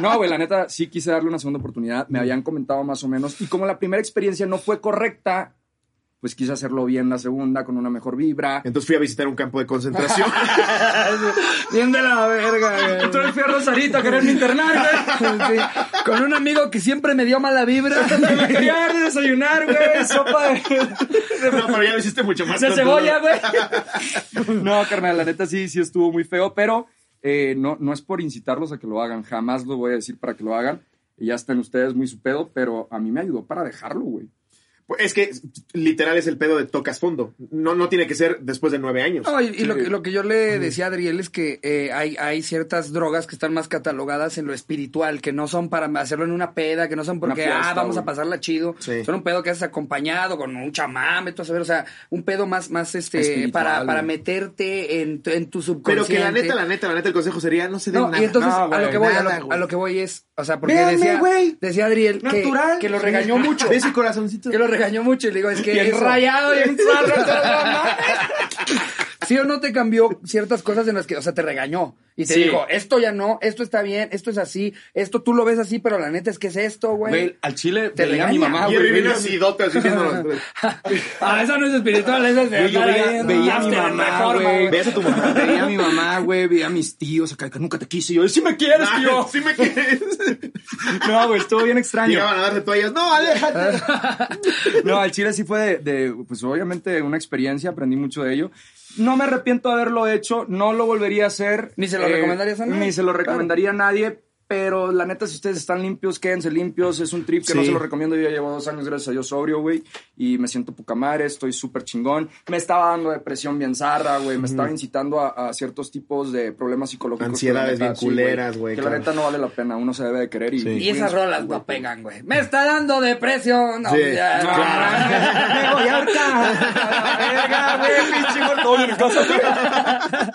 No, güey, la neta, sí quise darle una segunda oportunidad. Me habían comentado más o menos. Y como la primera experiencia no fue correcta, pues quise hacerlo bien la segunda, con una mejor vibra.
Entonces fui a visitar un campo de concentración.
Bien de la verga, güey.
Entonces fui a Rosarito a quererme internar, güey.
Sí, Con un amigo que siempre me dio mala vibra.
Me quería dar de desayunar, güey. Sopa de,
no, pero ya lo hiciste mucho más.
de
con
cebolla,
todo.
güey. No, carnal, la neta sí, sí estuvo muy feo, pero eh, no, no es por incitarlos a que lo hagan. Jamás lo voy a decir para que lo hagan. Y ya están ustedes muy su pedo, pero a mí me ayudó para dejarlo, güey.
Pues Es que literal es el pedo de tocas fondo. No, no tiene que ser después de nueve años.
No, y, y lo, que, lo que yo le decía a Adriel es que eh, hay, hay ciertas drogas que están más catalogadas en lo espiritual, que no son para hacerlo en una peda, que no son porque,
fiesta,
ah, vamos
güey.
a pasarla chido.
Sí.
Son un pedo que haces acompañado con un chamán, vete a saber, o sea, un pedo más, más este,
Espiritual,
para, para
güey.
meterte en, tu- en tu
pero
subconsciente.
que la neta, la neta, la neta, el consejo sería no se den
No,
nada.
y entonces
No,
a,
güey,
lo que voy, a,
nada,
lo,
güey.
a lo que voy es, o sea, porque
Véanme,
decía,
güey.
decía Adriel que,
Natural.
que lo regañó mucho.
Ve ese corazoncito.
Que lo regañó mucho y le digo, es que
Bien
es
ro-
rayado y en zarra, todo, no mames. Sí o no te cambió ciertas cosas en las que, o sea, te regañó. Y te
Sí.
dijo, esto ya no, esto está bien, esto es así, esto tú lo ves así, pero la neta es que es esto,
Güey,
güey.
al chile
Te
te veía a mi
regaña.
mamá,
Jerry
ah, güey.
viene
Veía,
asidote, así viendo los tres.
Ah, esa no es espiritual, esa es de
Güey, yo
andar
veía,
ahí,
veía a mi
hazte la
mamá,
mejor,
güey.
Veías a tu mamá.
Veía a mi mamá, güey. Veía a mis tíos acá que nunca te quise. Y yo, si me quieres, tío.
Sí me quedé.
No, güey, estuvo bien extraño.
Llegaban a darse toallas. No, aléjate.
Ah, No, al chile sí fue de, de, pues obviamente una experiencia, aprendí mucho de ello. No me arrepiento de haberlo hecho, no lo volvería a hacer. Eh,
Ni se lo recomendarías a nadie.
Ni se lo recomendaría a nadie, pero la neta, si ustedes están limpios, quédense limpios. Es un trip que no
Sí.
se lo recomiendo. Yo ya llevo dos años, gracias a Dios, sobrio, güey, y me siento poca madre, estoy súper chingón. Me estaba dando depresión bien zarra, güey, me estaba incitando a, a ciertos tipos de problemas psicológicos. que la
Ansiedades
neta,
bien
sí, güey,
culeras, güey,
Que la
claro.
neta no vale la pena, uno se debe de querer y...
Sí.
Y esas rolas no pegan, güey. Me está dando depresión. No,
Sí,
ya, no,
claro.
no, no, no.
Me voy a ahorcar. A la verga, güey, pinche gordo en casa,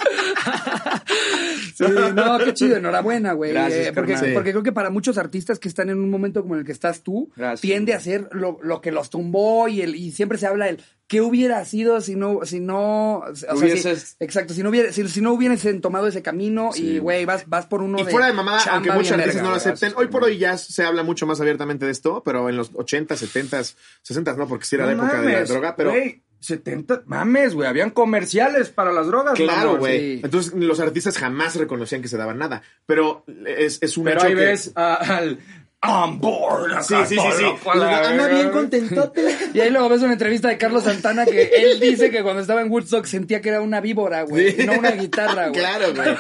Sí, no, qué chido, enhorabuena, güey.
Gracias,
Eh, porque,
carnal.
porque creo que para muchos artistas que están en un momento como el que estás tú,
Gracias.
tiende a ser lo, lo que los tumbó y, el, y siempre se habla del qué hubiera sido si no, si no, o sea, si-
Hubieses-
exacto, si no hubiera, si, si no hubiesen tomado ese camino y güey, vas, vas por uno
Y
de
fuera de mamada,
chamba
aunque
bien
muchas veces
verga,
no lo
güey.
acepten, hoy por hoy ya se habla mucho más abiertamente de esto, pero en los 80, 70, 60, no, porque sí era la
No
época de la
mames,
droga, pero
Güey, 70. Mames, güey. Habían comerciales para las drogas,
Claro,
mamón.
güey.
sí.
Entonces los artistas jamás reconocían que se daban nada, pero es, es un
Pero
hecho
ahí
que-
ves a- al. On board. acá,
Sí, sí, sí,
todo
sí.
loco, a la
Anda
verga,
bien
güey.
Y ahí luego ves una entrevista de Carlos Santana que él dice que cuando estaba en Woodstock sentía que era una víbora, güey, y no una guitarra, güey.
Claro, güey.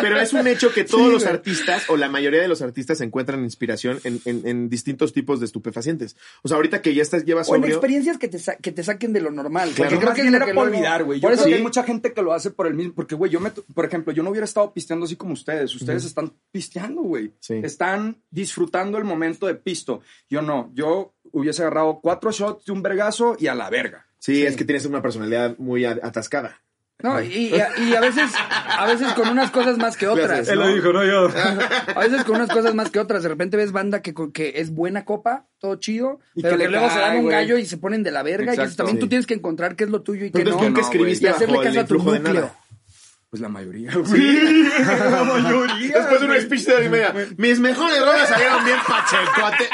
Pero es un hecho que todos
Sí,
los
güey.
artistas o la mayoría de los artistas encuentran inspiración en, en- en distintos tipos de estupefacientes. O sea, ahorita que ya estás llevas
O en
sobrio.
experiencias que te, sa- que te saquen de lo normal. Porque
Claro.
Porque
creo
más
que
que
es lo
era
que
por
luego-
olvidar, güey. Yo
Por
creo
eso
que
que
hay mucha gente que lo hace por el mismo. Porque, güey, yo me. Por ejemplo, yo no hubiera estado pisteando así como ustedes. Ustedes están pisteando, güey.
Sí.
Están disfrutando el momento de pisto. Yo no. Yo hubiese agarrado cuatro shots de un vergazo y a la verga.
Sí, es que tienes una personalidad muy a- atascada.
No, y, y a, y a veces, a veces con unas cosas más que otras.
Gracias.
¿no?
no yo.
A veces con unas cosas más que otras. De repente ves banda que, que es buena copa, todo chido,
Y
pero
que
que,
le
luego se
cae,
dan un
güey.
gallo y se ponen de la verga. y
Exacto.
eso también tú
Sí. Pues
tienes que encontrar qué es lo tuyo y qué no.
Entonces, ¿tú
no,
qué
güey.
escribiste
Y hacerle
bajo el
caso a tu
influjo de
núcleo.
nada?
Pues la mayoría.
la mayoría. Después de un speech de hora y media. Mis mejores rolas salieron bien pachecote.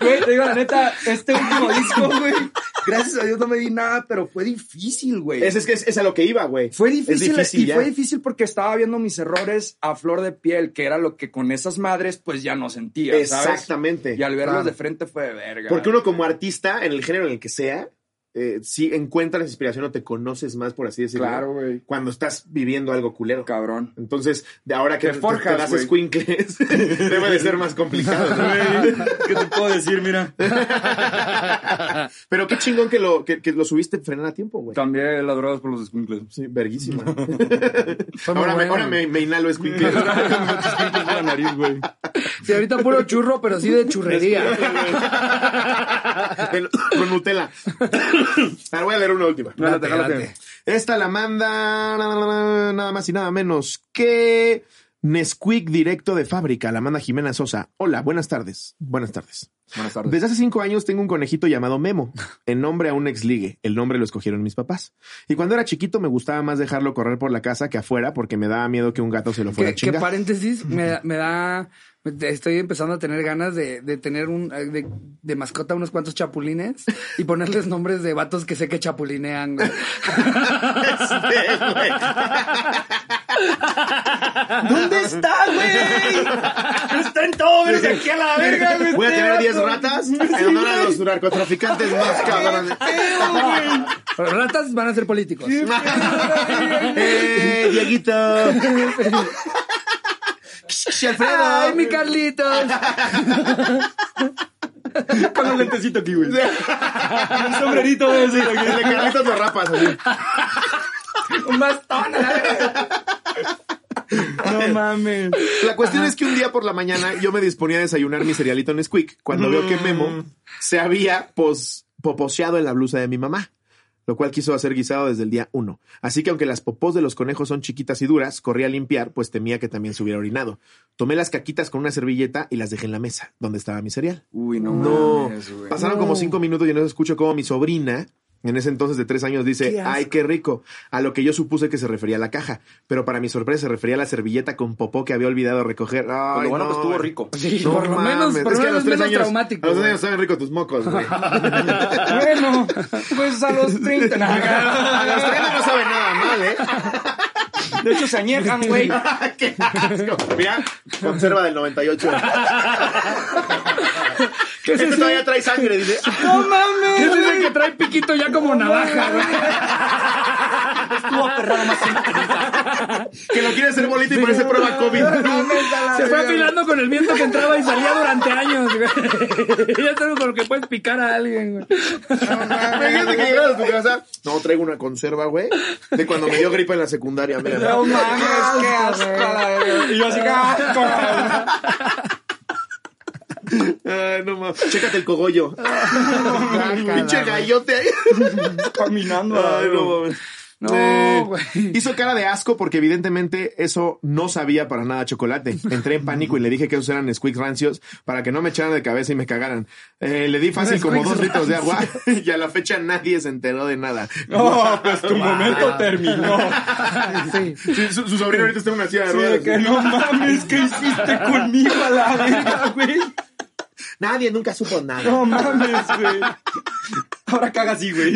Güey, te digo la neta, este último disco, güey.
Gracias a Dios no me di nada, pero fue difícil, güey.
Es, es que es, es a lo que iba, güey.
Fue difícil,
Es difícil
y
ya.
fue difícil porque estaba viendo mis errores a flor de piel, que era lo que con esas madres pues ya no sentía, ¿sabes?
Exactamente.
Y al verlos
Claro.
de frente fue de verga.
Porque uno como artista, en el género en el que sea, eh, sí encuentras inspiración o te conoces más, por así decirlo.
Claro, güey.
Cuando estás viviendo algo culero.
Cabrón.
Entonces, de ahora que
Te
te,
forjas,
te das
güey.
escuincles, debe de ser más complicado. ¿no?
¿Qué te puedo decir? Mira.
Pero qué chingón que lo, que, que lo subiste frenar a tiempo, güey.
Cambié las drogas por los escuincles.
Sí, verguísima.
muy
ahora me,
bueno.
ahora me, me inhalo escuincles.
la nariz, güey.
Sí, ahorita puro churro, pero sí de churrería.
El- con Nutella. Ahora voy a leer una última.
Date,
Jálate, jálate.
date.
Esta la manda nada más y nada menos que Nesquik directo de fábrica. La manda Jimena Sosa. Hola, buenas tardes. Buenas tardes.
Buenas tardes.
Desde hace cinco años tengo un conejito llamado Memo, en nombre a un ex ligue. El nombre lo escogieron mis papás. Y cuando era chiquito me gustaba más dejarlo correr por la casa que afuera porque me daba miedo que un gato se lo
pues,
fuera a
Que, que
chingar.
paréntesis, me, da- me da. me- Estoy empezando a tener ganas de, de tener un eh, de, de mascota unos cuantos chapulines y ponerles nombres de vatos que sé que chapulinean. güey.
Este, güey.
¿Dónde está, güey? Está en todo, menos aquí a la verga, güey.
Voy a
Este
tener 10
vato.
ratas en honor a los narcotraficantes más cabrones.
Ratas van a ser políticos.
¡Eh, Dieguito! ¡Alfredo!
¡Ay, mi Carlitos!
Con un lentecito aquí, güey. Un sombrerito, güey. así, aquí.
El de Carlitos lo rapas así.
Un bastón. a la verga.
No mames.
La cuestión es que un día por la mañana yo me disponía a desayunar mi cerealito en Squeak cuando veo que
Mm.
Memo se había pos- poposeado en la blusa de mi mamá, lo cual quiso hacer guisado desde el día uno. Así que aunque las popós de los conejos son chiquitas y duras, corrí a limpiar, pues temía que también se hubiera orinado. Tomé las caquitas con una servilleta y las dejé en la mesa, donde estaba mi cereal.
Uy, no,
No,
mames, güey.
pasaron como cinco minutos y en eso escucho como mi sobrina, en ese entonces de tres años, dice,
Qué asco.
ay, qué rico, a lo que yo supuse que se refería a la caja, pero para mi sorpresa se refería a la servilleta con popó que había olvidado recoger. Ay,
Pero bueno,
no.
pues estuvo rico.
Sí,
No
por lo menos,
mames.
por
Es
lo
que a
menos
los tres
menos
años,
traumático.
A los tres
güey.
años saben rico tus mocos, güey. a
Bueno, pues a los 30.
los tres no saben nada mal, ¿eh?
De hecho, se añejan, güey.
¡Qué asco! Mira, conserva del 98. este todavía trae sangre, dice.
No mames.
¿Qué es ese que trae piquito ya como navaja, güey?
Que lo quiere hacer bolita y parece prueba COVID.
Se fue afilando con el viento que entraba y salía durante años, güey. Ya es algo con lo que puedes picar a alguien, güey.
Imagínate que llegas a tu casa. No, traigo una conserva, güey. De cuando me dio gripa en la secundaria, mira.
No mames, qué asco. la verga. Ah, Y yo así, qué asco. la
Ay, no mames. Chécate el cogollo. Pinche gallote ahí.
verga. Caminando. la
Ay,
verga.
no mames.
No,
Eh,
güey.
hizo cara de asco porque evidentemente eso no sabía para nada a chocolate. Entré en pánico y le dije que esos eran squeaks rancios para que no me echaran de cabeza y me cagaran. Eh, le di fácil como dos
Squeaks
litros de agua y a la fecha nadie se enteró de nada.
No, pues tu momento terminó.
Sí.
Sí, su, su sobrino ahorita está en una silla de
Sí, de
ruedas.
que no mames, ¿qué hiciste conmigo a la verga, güey?
Nadie nunca supo nada.
No mames, güey. Ahora caga así, güey.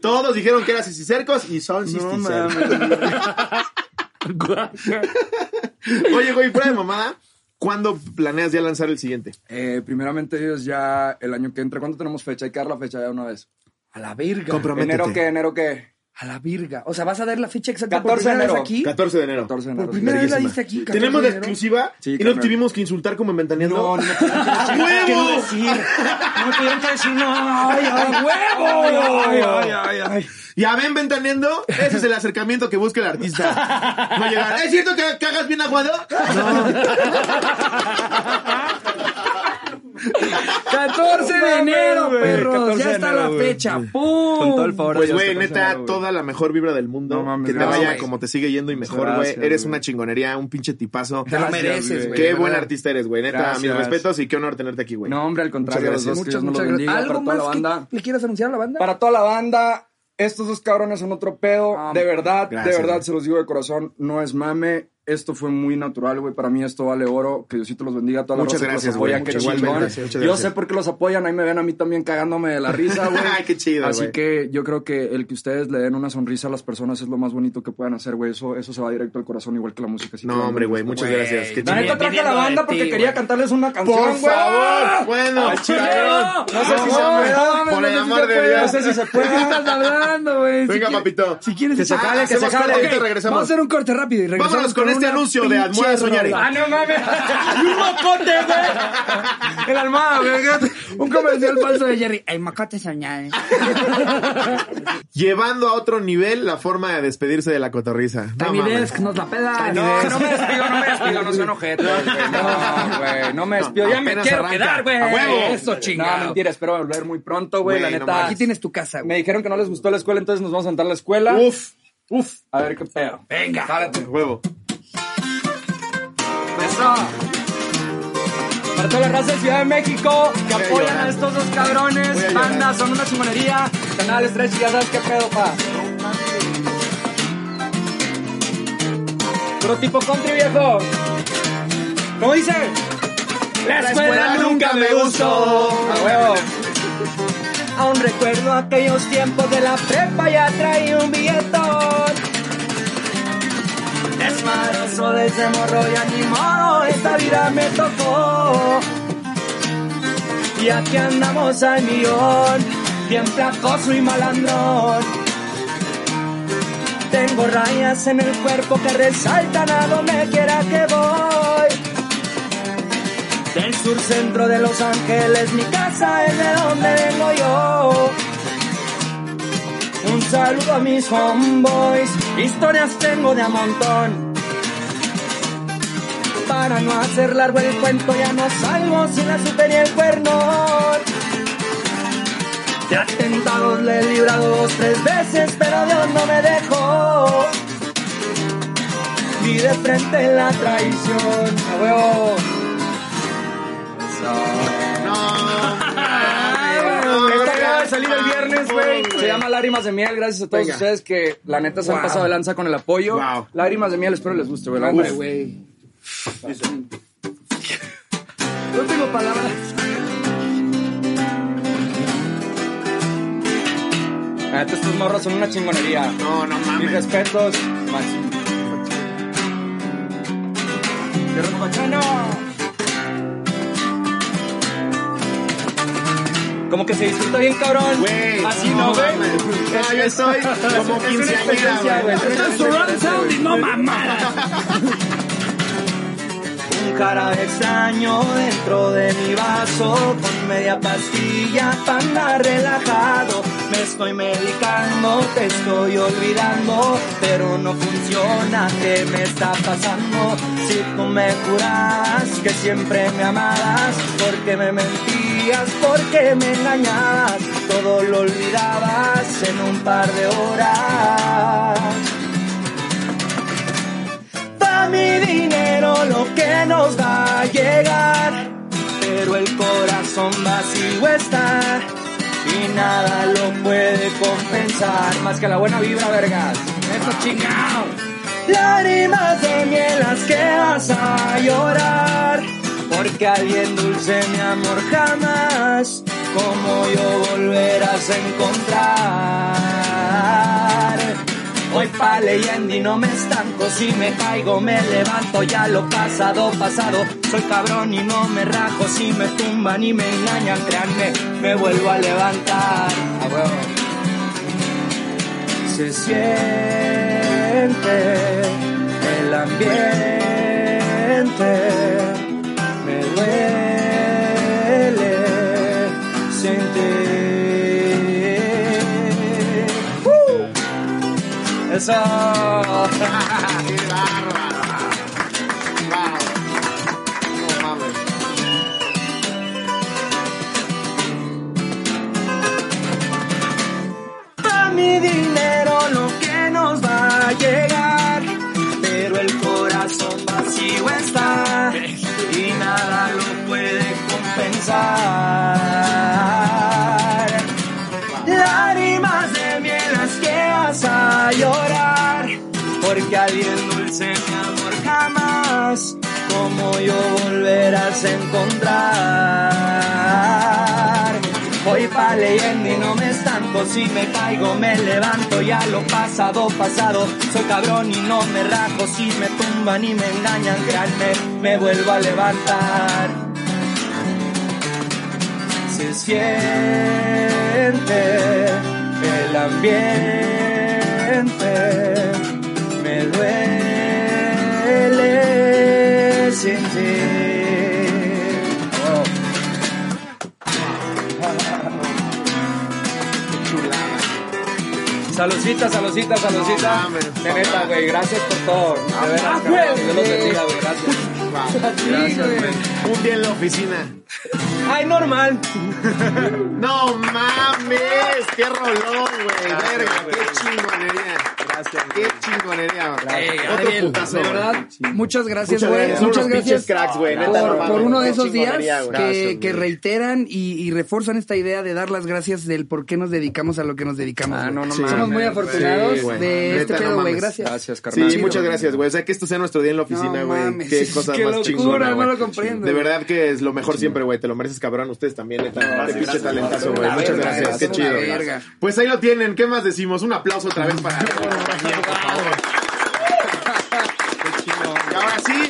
Todos dijeron que eran cisticercos y son
No
cisticercos.
mames.
Oye, güey, fuera de mamada, ¿cuándo planeas ya lanzar el siguiente?
Eh, primeramente, Dios, ya el año que entra, ¿cuándo tenemos fecha? Hay que dar la fecha ya una vez.
A la virga.
Comprométete.
¿Enero qué? ¿Enero qué?
A la virga. O sea, vas a dar la fecha exacta por
14 de
primera vez
enero.
aquí.
14 de enero.
14 de enero.
Por primera vez la
Verguísima.
diste aquí. 14
Tenemos
de
la
enero.
exclusiva
Sí,
y no
carnal.
tuvimos que insultar como mentaneando.
No, no me tuvieron que decir.
¡Huevo!
¿Qué no decir? No me tuvieron que decir, no. ¡Ay, ay, huevo! ¡Ay, ay, ay, ay!
Ya ven ventaneando, ese es el acercamiento que busca el artista. Va a llegar. ¿Es cierto que cagas bien aguado? No.
14 de enero,
güey.
perros.
14
Ya
de
está
enero,
la
güey.
fecha. ¡Pum!
Con todo el favor. de
Pues,
Dios,
güey,
14 de
neta,
enero, güey.
toda la mejor vibra del mundo.
No mames,
que te
no,
vaya
güey.
como te sigue yendo y mejor, güey.
Gracias,
Eres
güey.
una chingonería, un pinche tipazo.
Te lo
Gracias,
mereces,
güey.
güey.
Qué
de
buen
verdad.
artista eres, güey. Neta,
Gracias.
mis respetos y qué honor tenerte aquí, güey.
No, hombre, al contrario, los
Muchas
dos que Dios
Muchas,
nos lo
muchas gracias.
bendiga.
¿Algo
para toda
más
la
que
banda.
le quieras anunciar a la banda?
Para toda la banda, estos dos cabrones son otro pedo.
Ah,
de verdad,
gracias,
de verdad,
güey.
se los digo de corazón, no es mame. Esto fue muy natural, güey. Para mí esto vale oro. Que Diosito los bendiga a toda la
Muchas
raza que los
gracias, güey.
apoya. Qué
Muchas
chingón.
gracias, muchas
Yo
gracias.
sé por qué los apoyan. Ahí me ven a mí también cagándome de la risa, güey.
Ay, qué chido,
Así
güey.
que yo creo que el que ustedes le den una sonrisa a las personas es lo más bonito que puedan hacer, güey. Eso, eso se va directo al corazón, igual que la música. Así que,
No, hombre, güey, muchas
Güey,
gracias. Qué
la
La neta
chingón.
Bien,
traje a
viniendo
la
de
banda
ti,
porque
güey.
quería cantarles una canción,
Por
güey.
favor, bueno,
Al chile,
cabrón.
No sé si se
No,
puede. no
por el
sé si
amor
se
de
puede,
Dios.
No sé si se puede.
¿Qué estás hablando, güey? Si
Venga,
quieres-
papito.
Si quieres...
Que se
Ah,
jale, que se
hacemos
jale.
corte.
Ahorita
Ok,
regresamos.
Vamos a hacer un corte rápido y regresamos
Vámonos con este
una
anuncio de
pinche
Almohada Soñare.
rola.
Ah, no mames. Y un mocote, güey. El almohada, güey.
Un comercial falso de Jerry. El macote soñado.
Llevando a otro nivel la forma de despedirse de la cotorriza. No
Tiny
mames.
Desk nos la peda.
No, no me despido, no me despido, no sean ojetes, güey. No, güey, no me despido. Ya me
apenas
quiero
arranca.
quedar, güey.
¡A huevo!
Eso, chingado.
No, mentira, espero volver muy pronto, güey. La
Güey, no
neta.
mames.
Aquí tienes tu casa,
Me
güey.
dijeron que no les gustó la escuela, entonces nos vamos a entrar a la escuela.
Uf, uf,
A ver qué pedo.
Venga.
huevo.
Eso. Para toda la raza de Ciudad de México que
Voy a
apoyan
llorar.
a estos dos
Voy a
cabrones,
llorar.
bandas, son una chingonería. Canales 3 ya sabes qué pedo, pa. Puro tipo country, viejo. ¿Cómo dice? La
escuela nunca me gustó.
A huevo. Aún recuerdo aquellos tiempos de la prepa, ya traía un billetón. Desmadroso desde morro ya ni modo, esta vida me tocó. Y aquí andamos al millón, bien flacoso y malandrón. Tengo rayas en el cuerpo que resaltan a donde quiera que voy. Del sur centro de Los Ángeles, mi casa es de donde vengo yo. Un saludo a mis homeboys, historias tengo de a montón. Para no hacer largo el cuento, ya no salgo sin la super y el cuernón. De atentados le he librado dos, tres veces, pero Dios no me dejó. Vi de frente la traición, a huevo. Esta acaba de salir el viernes, güey. Se llama Lágrimas de Miel. Gracias a todos
Venga.
ustedes que la neta se han
Wow.
pasado de lanza con el apoyo.
Wow.
Lágrimas de Miel, espero les guste, güey. la neta.
Hombre, güey. No tengo palabras.
La neta, estos morros son una chingonería.
No, no
Mis
mames.
respetos, máximo. Guerrero Machano. Como que se disfruta bien, cabrón.
Güey,
Así no, güey.
mames. No, yo estoy como
Es una
quinceañera,
experiencia,
güey.
güey.
Esto es surround sound y no mamadas.
Un cara de extraño dentro de mi vaso Con media pastilla para andar relajado Me estoy medicando, te estoy olvidando Pero no funciona, ¿qué me está pasando? Si tú me curas, que siempre me amabas Porque me mentías, porque me engañabas Todo lo olvidabas en un par de horas Pa' mi dinero lo que nos va a llegar. Pero el corazón vacío está y nada lo puede compensar. Más que la buena vibra, vergas.
Eso chingado.
Lágrimas de miel las que vas a llorar. Porque alguien dulce, mi amor, jamás como yo volverás a encontrar. Hoy pa' leyendo y no me estanco, si me caigo me levanto, ya lo pasado, pasado. Soy cabrón y no me rajo, si me tumban y me engañan, créanme, me vuelvo a levantar. A huevo se siente el ambiente. Me duele sentir. ¡Uh! Eso.
Qué bárbaro. Wow. No mames.
olvidarse mi amor jamás, como yo volverás a encontrar. Hoy pa' leyendo y no me estanco, si me caigo me levanto, ya lo pasado, pasado, soy cabrón y no me rajo, si me tumban y me engañan, créanme, me vuelvo a levantar. Se siente el ambiente, me duele sin ti. Oh. Saludcita, saludcita, saludcita.
mames,
De neta, güey, gracias por todo. De veras, carnal, que Dios los bendiga, güey, gracias. Gracias, güey.
Un día en la oficina.
Ay, normal.
No mames, qué rolón, güey. Verga, qué chingonería. Gracias. Qué chingonería. Otro putazo.
de
güey.
verdad, muchas gracias,
Muchas
güey.
gracias.
Muchas,
Son unos
gracias
pinches cracks, güey. Neta, no
por,
mames,
por uno de
qué
esos días
chingonería, güey.
que,
Gracias,
que
güey.
reiteran y, y reforzan esta idea de dar las gracias del por qué nos dedicamos a lo que nos dedicamos.
Ah,
güey.
no, no
Somos
mames,
muy
güey.
afortunados
Sí, güey.
de
Neta,
este
no
pedo, güey.
mames.
gracias.
Gracias,
Sí,
carnal.
muchas
güey.
gracias, güey. O sea, que este sea nuestro día en la oficina,
No
güey.
mames,
qué
es
cosa
que
más
locura,
chingona,
no
güey.
lo comprendo.
De verdad que es lo mejor siempre, güey. Te lo mereces, cabrón. Ustedes también, neta. Qué pinche talentazo, güey.
una
Muchas
verga,
gracias.
es
Qué
una
chido.
verga.
Pues ahí lo tienen. ¿Qué más decimos? Un aplauso otra vez para la compañía, por favor. Y ahora sí,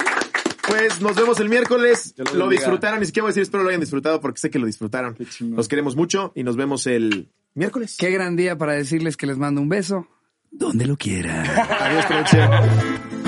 pues nos vemos el miércoles.
los
Lo
bendiga.
disfrutaron. Ni siquiera voy a decir, espero lo hayan disfrutado porque sé que lo disfrutaron.
chingón.
Los queremos mucho y nos vemos el miércoles.
Qué gran día para decirles que les mando un beso donde lo quieran.
Adiós, Troche.